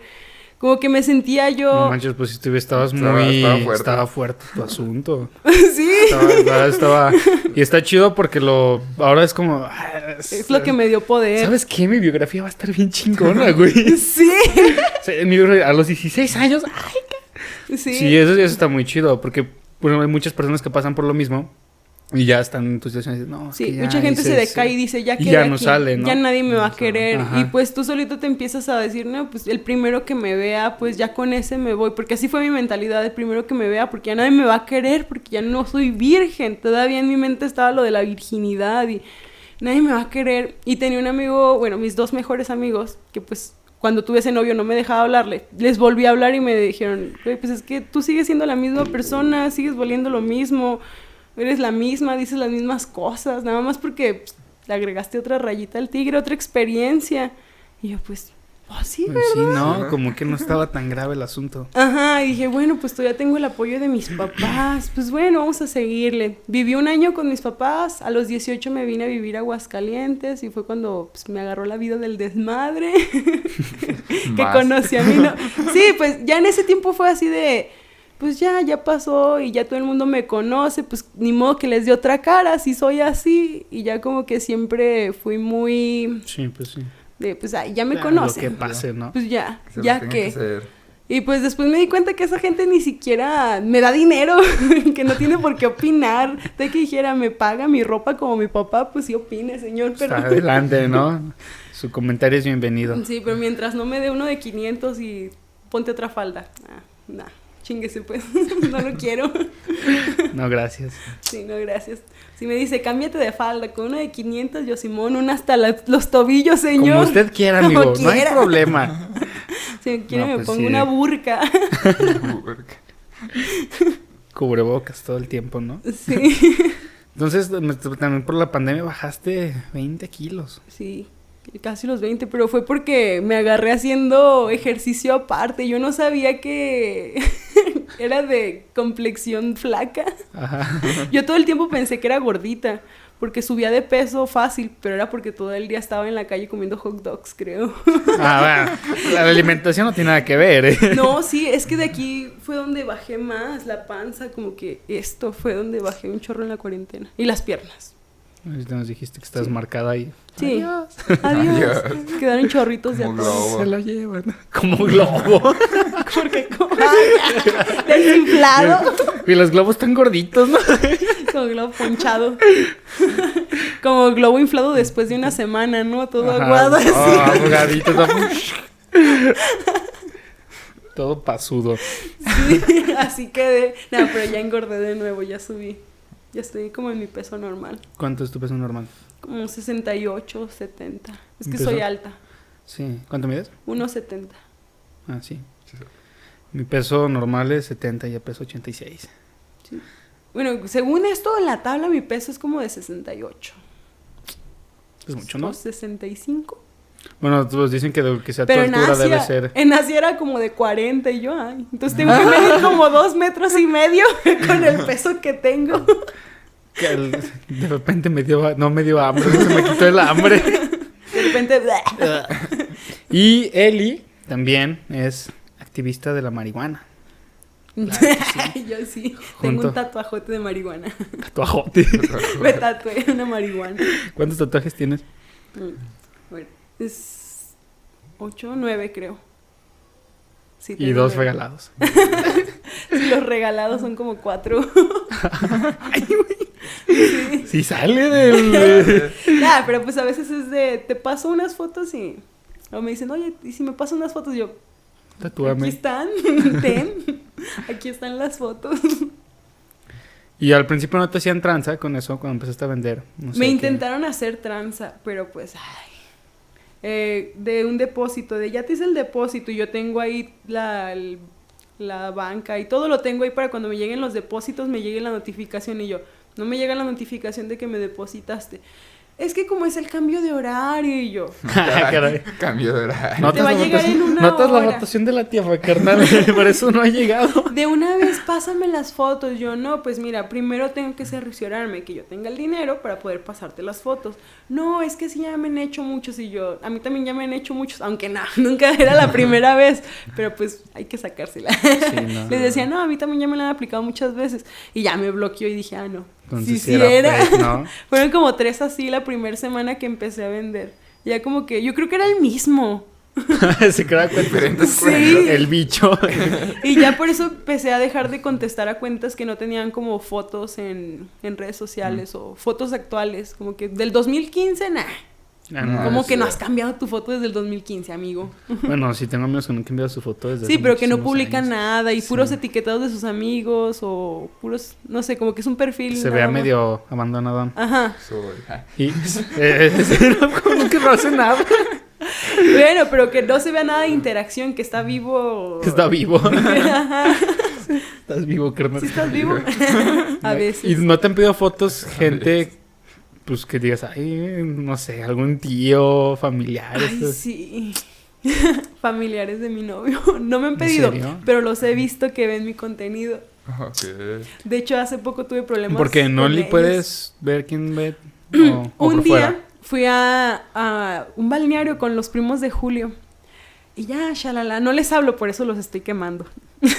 Speaker 1: Como que me sentía
Speaker 2: No
Speaker 1: yo...
Speaker 2: manches, pues si tú estabas
Speaker 3: Estaba-
Speaker 2: muy...
Speaker 3: estaba fuerte.
Speaker 2: estaba fuerte tu asunto.
Speaker 1: sí,
Speaker 2: Estaba, estaba- estaba- Y está chido porque lo. Ahora es como. ah,
Speaker 1: es lo que me dio poder.
Speaker 2: ¿Sabes qué? Mi biografía va a estar bien chingona, güey.
Speaker 1: Sí,
Speaker 2: O sea, mi biografía- a los 16 años. ah, Sí,
Speaker 1: sí.
Speaker 2: eso, eso está muy chido porque bueno, hay muchas personas que pasan por lo mismo y ya están en tu situación y dicen, no. es
Speaker 1: Sí,
Speaker 2: que ya
Speaker 1: mucha gente
Speaker 2: hice
Speaker 1: se decae y
Speaker 2: ese".
Speaker 1: dice, ya
Speaker 2: Y
Speaker 1: quedé
Speaker 2: ya no
Speaker 1: aquí,
Speaker 2: sale, ¿no?
Speaker 1: ya nadie me va a
Speaker 3: No sale.
Speaker 1: querer.
Speaker 2: Ajá.
Speaker 1: Y pues tú solito te empiezas a decir, no, pues el primero que me vea, pues ya con ese me voy. Porque así fue mi mentalidad, el primero que me vea, porque ya nadie me va a querer, porque ya no soy virgen. Todavía en mi mente estaba lo de la virginidad y nadie me va a querer. Y tenía un amigo, bueno, mis dos mejores amigos, que pues cuando tuve ese novio no me dejaba hablarle. Les volví a hablar y me dijeron, "Güey, pues es que tú sigues siendo la misma persona, sigues volviendo lo mismo, eres la misma, dices las mismas cosas, nada más porque pues, le agregaste otra rayita al tigre, otra experiencia. Y yo pues, Oh, sí,
Speaker 2: Pues
Speaker 1: güey.
Speaker 2: sí, no, como que no estaba tan grave el asunto.
Speaker 1: Ajá, y dije, bueno, pues todavía tengo el apoyo de mis papás. Pues bueno, vamos a seguirle. Viví un año con mis papás, a los 18 me vine a vivir a Aguascalientes y fue cuando pues, me agarró la vida del desmadre. que
Speaker 3: Más.
Speaker 1: conocí a mí. No... Sí, pues ya en ese tiempo fue así de, pues ya, ya pasó y ya todo el mundo me conoce, pues ni modo que les dé otra cara, si soy así. Y ya como que siempre fui muy
Speaker 2: Sí, pues sí.
Speaker 1: de, pues ay, ya me
Speaker 2: Ah, Lo que
Speaker 1: conocen.
Speaker 2: pase, ¿no?
Speaker 1: Pues ya,
Speaker 3: Que se lo
Speaker 1: ya
Speaker 3: tenga
Speaker 1: que.
Speaker 3: hacer.
Speaker 1: Y pues después me di cuenta que esa gente ni siquiera me da dinero, que no tiene por qué opinar. De que dijera, me paga mi ropa como mi papá, pues sí opine, señor, pero...
Speaker 2: Está adelante, ¿no? Su comentario es bienvenido.
Speaker 1: Sí, pero mientras no me dé uno de 500 y ponte otra falda. Ah, nah, chinguese pues, no lo quiero.
Speaker 2: No, gracias.
Speaker 1: Sí, no, gracias. Si me dice, cámbiate de falda, con uno de 500, yo Simón, una hasta la- los tobillos, señor.
Speaker 2: Como usted quiera,
Speaker 1: Como
Speaker 2: amigo. No hay
Speaker 1: quiera.
Speaker 2: problema.
Speaker 1: Si me quiere
Speaker 2: No,
Speaker 1: me
Speaker 2: pues
Speaker 1: pongo
Speaker 2: sí.
Speaker 1: una burca.
Speaker 3: Work.
Speaker 2: Cubrebocas todo el tiempo, ¿no?
Speaker 1: sí,
Speaker 2: Entonces, me- también por la pandemia bajaste 20 kilos.
Speaker 1: sí. Casi los 20, pero fue porque me agarré haciendo ejercicio aparte. Yo no sabía que era de complexión flaca.
Speaker 2: Ajá.
Speaker 1: Yo todo el tiempo pensé que era gordita, porque subía de peso fácil, pero era porque todo el día estaba en la calle comiendo hot dogs, creo.
Speaker 2: Ah, bueno, la alimentación no tiene nada que ver, ¿eh?
Speaker 1: No, sí, es que de aquí fue donde bajé más la panza, como que esto fue donde bajé un chorro en la cuarentena. Y las piernas.
Speaker 2: Ahorita nos dijiste que estás marcada ahí.
Speaker 1: Sí.
Speaker 2: Adiós.
Speaker 1: Adiós. Quedaron chorritos de
Speaker 3: Como
Speaker 1: atrás.
Speaker 3: globo.
Speaker 2: Se lo llevan. Como un globo.
Speaker 1: Porque como Ay, desinflado.
Speaker 2: Y los globos están gorditos, ¿no?
Speaker 1: Como globo ponchado. Como globo inflado después de una semana, ¿no? Todo
Speaker 2: Ajá.
Speaker 1: aguado así.
Speaker 2: Ah, ahogadito, todo- Todo pasudo.
Speaker 1: Sí, así quedé. No, pero ya engordé de nuevo, ya subí. Ya estoy como en mi peso normal.
Speaker 2: ¿Cuánto es tu peso normal?
Speaker 1: Como 68, 70. Es que
Speaker 2: ¿Peso?
Speaker 1: soy alta.
Speaker 2: Sí. ¿Cuánto mides?
Speaker 1: 1,70.
Speaker 2: Ah, sí. Mi peso normal es 70 y ya peso 86.
Speaker 1: Bueno, según esto, en la tabla mi peso es como de 68.
Speaker 2: Es mucho, ¿no?
Speaker 1: O 65.
Speaker 2: Bueno, pues dicen que de- que sea tu
Speaker 1: Pero en
Speaker 2: altura debe
Speaker 1: Asia,
Speaker 2: ser.
Speaker 1: en Asia era como de 40 y yo, ay. Entonces tengo que medir como dos metros y medio con el peso que tengo.
Speaker 2: que el- de repente me dio, no me dio hambre, se me quitó el hambre.
Speaker 1: De repente,
Speaker 2: y Eli también es activista de la marihuana.
Speaker 1: yo sí. Tengo
Speaker 2: Junto.
Speaker 1: un tatuajote de marihuana.
Speaker 2: Tatuajote.
Speaker 1: Me tatué una marihuana.
Speaker 2: ¿Cuántos tatuajes tienes?
Speaker 1: Mm. Bueno, es 8 o 9 creo. Sí,
Speaker 2: Y
Speaker 1: tengo
Speaker 2: dos
Speaker 1: nueve.
Speaker 2: regalados.
Speaker 1: Sí, los regalados son como cuatro.
Speaker 2: Si sale del.
Speaker 1: Nah, pero pues a veces es de, te paso unas fotos y... O me dicen, oye, ¿y si me paso unas fotos? Yo, aquí
Speaker 2: Tatúame.
Speaker 1: están, ten, aquí están las fotos.
Speaker 2: Y al principio no te hacían tranza con eso cuando empezaste a vender. No sé
Speaker 1: me
Speaker 2: qué.
Speaker 1: intentaron hacer tranza, pero pues, ay. Eh, de un depósito, de ya te hice el depósito y yo tengo ahí la, el- la banca y todo lo tengo ahí para cuando me lleguen los depósitos me llegue la notificación y yo, no me llega la notificación de que me depositaste. Es que como es el cambio de horario y yo,
Speaker 2: Ah, caray.
Speaker 3: Cambio de horario.
Speaker 1: No te va a
Speaker 2: la
Speaker 1: llegar
Speaker 2: votación-
Speaker 1: en una
Speaker 2: Notas la
Speaker 1: hora.
Speaker 2: votación de la tía, carnal. Por eso no ha llegado.
Speaker 1: de una vez pásame las fotos. Yo, no, pues mira, primero tengo que cerciorarme que yo tenga el dinero para poder pasarte las fotos. No, es que sí ya me han hecho muchos y yo, a mí también ya me han hecho muchos, aunque no, nunca era la primera vez, pero pues hay que sacársela.
Speaker 2: no.
Speaker 1: Les decía, no, a mí también ya me la han aplicado muchas veces y ya me bloqueó y dije, ah, no.
Speaker 2: Entonces
Speaker 1: Sí,
Speaker 2: sí
Speaker 1: sí
Speaker 2: era
Speaker 1: era.
Speaker 2: fake, ¿no?
Speaker 1: Fueron como tres así la primera semana que empecé a vender. Ya como que, yo creo que era el mismo.
Speaker 2: Se queda con
Speaker 3: Diferentes
Speaker 1: Sí.
Speaker 3: cuentas.
Speaker 2: el bicho.
Speaker 1: Y ya por eso empecé a dejar de contestar a cuentas que no tenían como fotos en, en redes sociales o fotos actuales. Como que del 2015, nah.
Speaker 2: Ah, no.
Speaker 1: como
Speaker 3: sí.
Speaker 1: que no has cambiado tu foto desde el 2015, amigo.
Speaker 2: Bueno, sí tengo amigos que no han cambiado su foto desde
Speaker 1: Sí,
Speaker 2: hace
Speaker 1: pero que no
Speaker 2: muchísimos
Speaker 1: publican
Speaker 2: años.
Speaker 1: nada y
Speaker 2: Sí.
Speaker 1: puros etiquetados de sus amigos o puros, no sé, como que es un perfil.
Speaker 2: Se
Speaker 1: nada
Speaker 2: vea
Speaker 1: más.
Speaker 2: medio abandonado.
Speaker 1: Ajá.
Speaker 3: Soy. ah,
Speaker 2: Y eh, eh, no, como que no hace nada.
Speaker 1: Bueno, pero que no se vea nada de interacción, que está vivo.
Speaker 2: Que Está vivo.
Speaker 1: Ajá.
Speaker 2: Estás vivo, carnal.
Speaker 1: ¿Sí estás vivo? a veces.
Speaker 2: Y no te han pedido fotos gente pues que digas, ay, no sé, algún tío, familiar.
Speaker 1: Ay,
Speaker 2: esas-
Speaker 1: sí. familiares de mi novio. No me han pedido,
Speaker 2: serio?
Speaker 1: pero los he visto que ven mi contenido.
Speaker 3: Ok.
Speaker 1: De hecho, hace poco tuve problemas.
Speaker 2: Porque en
Speaker 1: con
Speaker 2: Only
Speaker 1: ellos.
Speaker 2: puedes ver quién ve. o- o
Speaker 1: un
Speaker 2: por
Speaker 1: día
Speaker 2: fuera.
Speaker 1: fui a, a un balneario con los primos de Julio. Y ya, shalala. No les hablo, por eso los estoy quemando.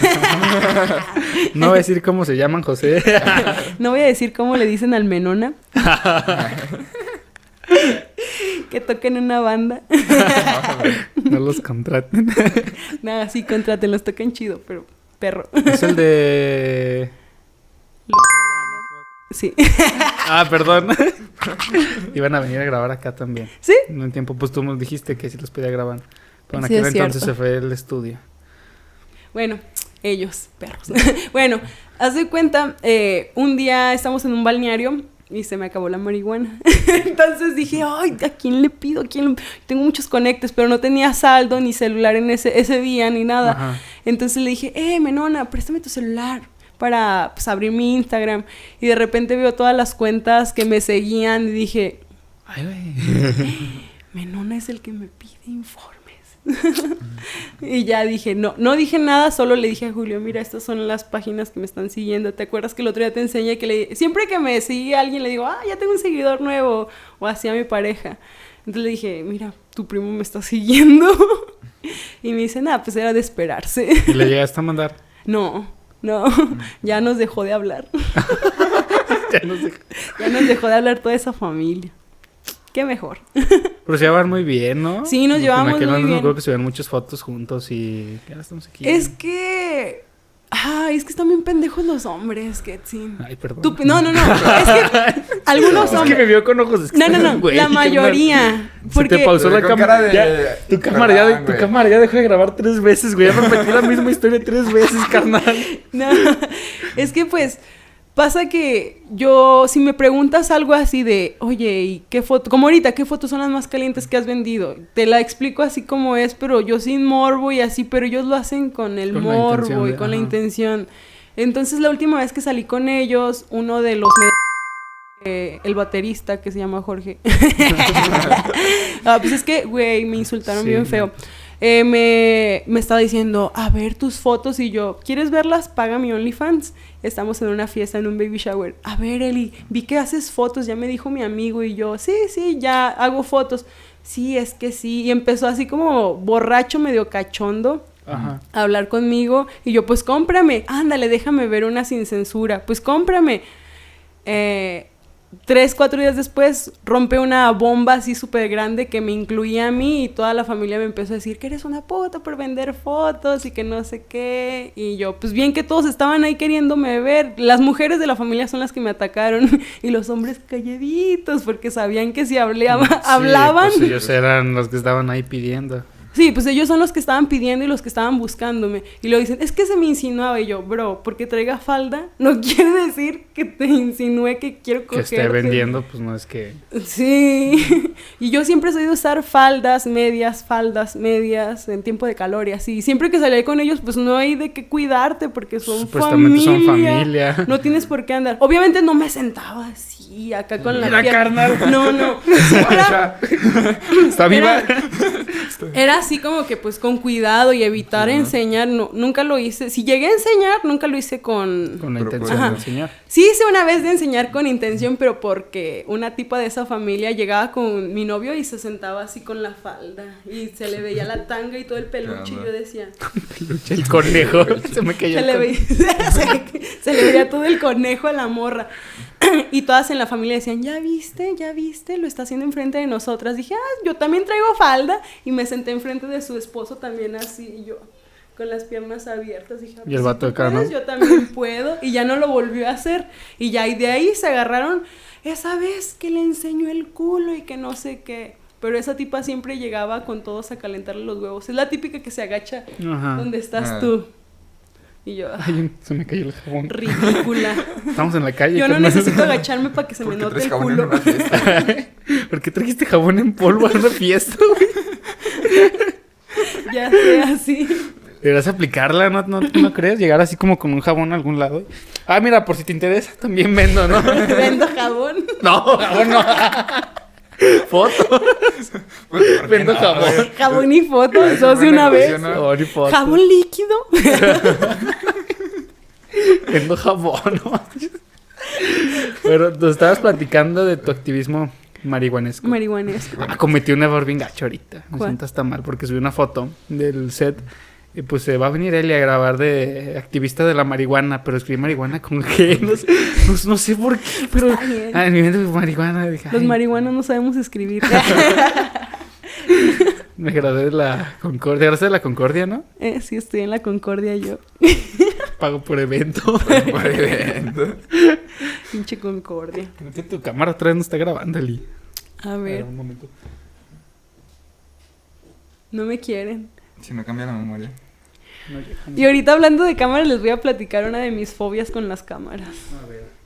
Speaker 2: No voy a decir cómo se llaman, José.
Speaker 1: No voy a decir cómo le dicen al Menona. que toquen una banda.
Speaker 2: no los contraten.
Speaker 1: Nada, sí, los toquen chido, pero perro.
Speaker 2: Es el de.
Speaker 1: Sí.
Speaker 2: Ah, perdón. Iban a venir a grabar acá también.
Speaker 1: ¿Sí?
Speaker 2: En un tiempo, pues tú nos dijiste que sí los podía grabar. Pero en
Speaker 1: Sí,
Speaker 2: aquel
Speaker 1: es
Speaker 2: entonces
Speaker 1: cierto.
Speaker 2: se fue el estudio.
Speaker 1: Bueno, ellos, perros. bueno, haz de cuenta, eh, un día estamos en un balneario y se me acabó la marihuana. Entonces dije, ay, ¿a quién le pido? ¿A quién le- Tengo muchos conectes, pero no tenía saldo ni celular en ese, ese día ni nada.
Speaker 2: Ajá.
Speaker 1: Entonces le dije, eh, Menona, préstame tu celular para pues, abrir mi Instagram. Y de repente veo todas las cuentas que me seguían y dije,
Speaker 2: Ay, güey.
Speaker 1: Menona es el que me pide informes. y ya dije, no, no dije nada, solo le dije a Julio, mira, estas son las páginas que me están siguiendo. ¿Te acuerdas que el otro día te enseñé que le... Siempre que me sigue alguien le digo, ah, ya tengo un seguidor nuevo, o así a mi pareja. Entonces le dije, mira, tu primo me está siguiendo. y me dice, nada, pues era de esperarse.
Speaker 2: Y le llegaste a mandar.
Speaker 1: no, no, ya nos dejó de hablar.
Speaker 2: Ya no sé.
Speaker 1: Ya nos dejó de hablar toda esa familia. Qué mejor.
Speaker 2: Pero se llevaban muy bien, ¿no?
Speaker 1: Sí, nos
Speaker 2: Porque
Speaker 1: llevamos
Speaker 2: En aquel
Speaker 1: muy
Speaker 2: entonces me
Speaker 1: bien.
Speaker 2: acuerdo que se veían muchas fotos juntos y. Ya estamos aquí.
Speaker 1: Es que. Ay, es que están bien pendejos los hombres, Ketsin.
Speaker 2: Ay, perdón.
Speaker 1: Tú- No, no, no. Es que algunos
Speaker 2: Es que me
Speaker 1: hombres.
Speaker 2: vio con ojos. es que-
Speaker 1: No, no, no.
Speaker 2: Güey,
Speaker 1: La
Speaker 2: qué mal.
Speaker 1: mayoría.
Speaker 2: Se te
Speaker 1: Porque.
Speaker 2: pausó
Speaker 3: Pero
Speaker 2: la
Speaker 3: con
Speaker 2: cámara.
Speaker 3: cara de-
Speaker 2: ya, tu
Speaker 3: de
Speaker 2: cámara ya, de-
Speaker 3: Roland,
Speaker 2: tu
Speaker 3: güey.
Speaker 2: cámara ya dejó de grabar tres veces, güey. Ya repetí la misma historia tres veces, carnal.
Speaker 1: No. Es que pues. Pasa que yo, si me preguntas algo así de, oye, ¿y qué foto? Como ahorita, ¿qué fotos son las más calientes que has vendido? Te la explico así como es, pero yo sin morbo y así, pero ellos lo hacen con el
Speaker 2: Con la
Speaker 1: morbo
Speaker 2: intención
Speaker 1: y
Speaker 2: de-
Speaker 1: con la
Speaker 2: ajá.
Speaker 1: intención. Entonces, la última vez que salí con ellos, uno de los... eh, el baterista que se llama Jorge. ah, pues es que, güey, me insultaron
Speaker 2: Sí,
Speaker 1: bien feo. Eh, me, me estaba diciendo, a ver tus fotos y yo, ¿quieres verlas? Paga mi OnlyFans. Estamos en una fiesta, en un baby shower. A ver, Eli, vi que haces fotos, ya me dijo mi amigo y yo, sí, sí, ya hago fotos. Sí, es que sí. Y empezó así como borracho, medio cachondo
Speaker 2: Ajá.
Speaker 1: a hablar conmigo y yo pues cómprame, ándale, déjame ver una sin censura, pues cómprame. Eh, tres, cuatro días después rompe una bomba así súper grande que me incluía a mí y toda la familia me empezó a decir que eres una puta por vender fotos y que no sé qué. Y yo pues bien que todos estaban ahí queriéndome ver, las mujeres de la familia son las que me atacaron y los hombres calladitos porque sabían que si hablaba,
Speaker 2: Mm, Sí,
Speaker 1: hablaban...
Speaker 2: pues ellos eran los que estaban ahí pidiendo.
Speaker 1: Sí, pues ellos son los que estaban pidiendo y los que estaban buscándome. Y lo dicen, es que se me insinuaba. Y yo, bro, porque traiga falda, no quiere decir que te insinúe que quiero
Speaker 2: Que
Speaker 1: coger.
Speaker 2: esté vendiendo, pues no es que.
Speaker 1: Sí. Y yo siempre soy de usar faldas, medias, faldas, medias, en tiempo de calor y así. Siempre que salía con ellos, pues no hay de qué cuidarte porque son
Speaker 2: Supuestamente son familia.
Speaker 1: No tienes por qué andar. Obviamente no me sentaba así, acá con la
Speaker 2: Mira,
Speaker 1: pierna.
Speaker 2: carnal.
Speaker 1: No, no. Sí, era-
Speaker 2: Está viva.
Speaker 1: era, era así como que pues con cuidado y evitar enseñar. No, nunca lo hice. Si llegué a enseñar, nunca lo hice con...
Speaker 2: Con la
Speaker 3: Pero, pues,
Speaker 2: intención de
Speaker 1: ajá.
Speaker 2: enseñar.
Speaker 1: Sí hice una vez de enseñar con intención, pero porque una tipa de esa familia llegaba con mi novio y se sentaba así con la falda. Y se le veía la tanga y todo el peluche. Y yo decía...
Speaker 2: El conejo. Se me cayó.
Speaker 1: Se
Speaker 2: el
Speaker 1: le,
Speaker 2: conejo.
Speaker 1: veía, se, se le veía todo el conejo a la morra. Y todas en la familia decían, ya viste, ya viste, lo está haciendo enfrente de nosotras. Dije, ah, yo también traigo falda. Y me senté enfrente de su esposo también así, y yo con las piernas abiertas. Dije, "Ah,
Speaker 2: Y el
Speaker 1: pues,
Speaker 2: vato
Speaker 1: si tú
Speaker 2: acá, ¿no?
Speaker 1: puedes, Yo también puedo. Y ya no lo volvió a hacer. Y ya y de ahí se agarraron, esa vez que le enseñó el culo y que no sé qué. Pero esa tipa siempre llegaba con todos a calentarle los huevos. Es la típica que se agacha
Speaker 2: Ajá.
Speaker 1: ¿Dónde estás
Speaker 3: Ah.
Speaker 1: tú? Y yo, ah,
Speaker 2: Ay, un- se me cayó el jabón.
Speaker 1: ridícula.
Speaker 2: Estamos en la calle.
Speaker 1: Yo no
Speaker 2: carnal.
Speaker 1: necesito agacharme para que se me
Speaker 3: Porque
Speaker 1: note
Speaker 3: traes
Speaker 1: el
Speaker 3: jabón en
Speaker 1: culo.
Speaker 3: una fiesta.
Speaker 2: ¿Por qué trajiste jabón en polvo a una fiesta, güey?
Speaker 1: Ya sé, así.
Speaker 2: Deberás aplicarla, ¿no, no, no crees? Llegar así como con un jabón a algún lado. Ah, mira, por si te interesa, también vendo, ¿no?
Speaker 1: Vendo jabón.
Speaker 2: No, jabón no. Foto. Vendo jabón.
Speaker 1: Jabón y foto,
Speaker 3: Ay,
Speaker 1: dos de
Speaker 3: buen
Speaker 1: una vez.
Speaker 3: negocio, ¿no?
Speaker 2: Jabón y foto.
Speaker 1: Jabón líquido.
Speaker 2: Vendo jabón. no manches. Pero nos estabas platicando de tu activismo marihuanesco.
Speaker 1: Marihuanesco.
Speaker 2: Ah, cometí un error bien gacho ahorita. Me
Speaker 1: ¿Cuál?
Speaker 2: siento hasta mal porque subí una foto del set. Y pues se va a venir Eli a grabar de activista de la marihuana, pero escribí marihuana con G. No sé, no- no sé por qué, pero.
Speaker 1: Está bien.
Speaker 2: Ah, en mi mente marihuana. Dije,
Speaker 1: Los
Speaker 2: ay,
Speaker 1: marihuanos no sabemos escribir.
Speaker 2: Me gradué de la Concordia. Gracias de la Concordia, ¿no?
Speaker 1: Eh, sí, estoy en la Concordia yo.
Speaker 2: Pago por evento.
Speaker 3: Por evento.
Speaker 1: Pinche Concordia.
Speaker 2: Creo que tu cámara otra vez no está grabando, Eli.
Speaker 1: A
Speaker 2: A ver,
Speaker 1: ver,
Speaker 2: un momento.
Speaker 1: no me quieren.
Speaker 3: Si no cambia la memoria.
Speaker 2: No llega.
Speaker 1: Y ahorita hablando de cámaras, les voy a platicar una de mis fobias con las cámaras.
Speaker 2: A ver.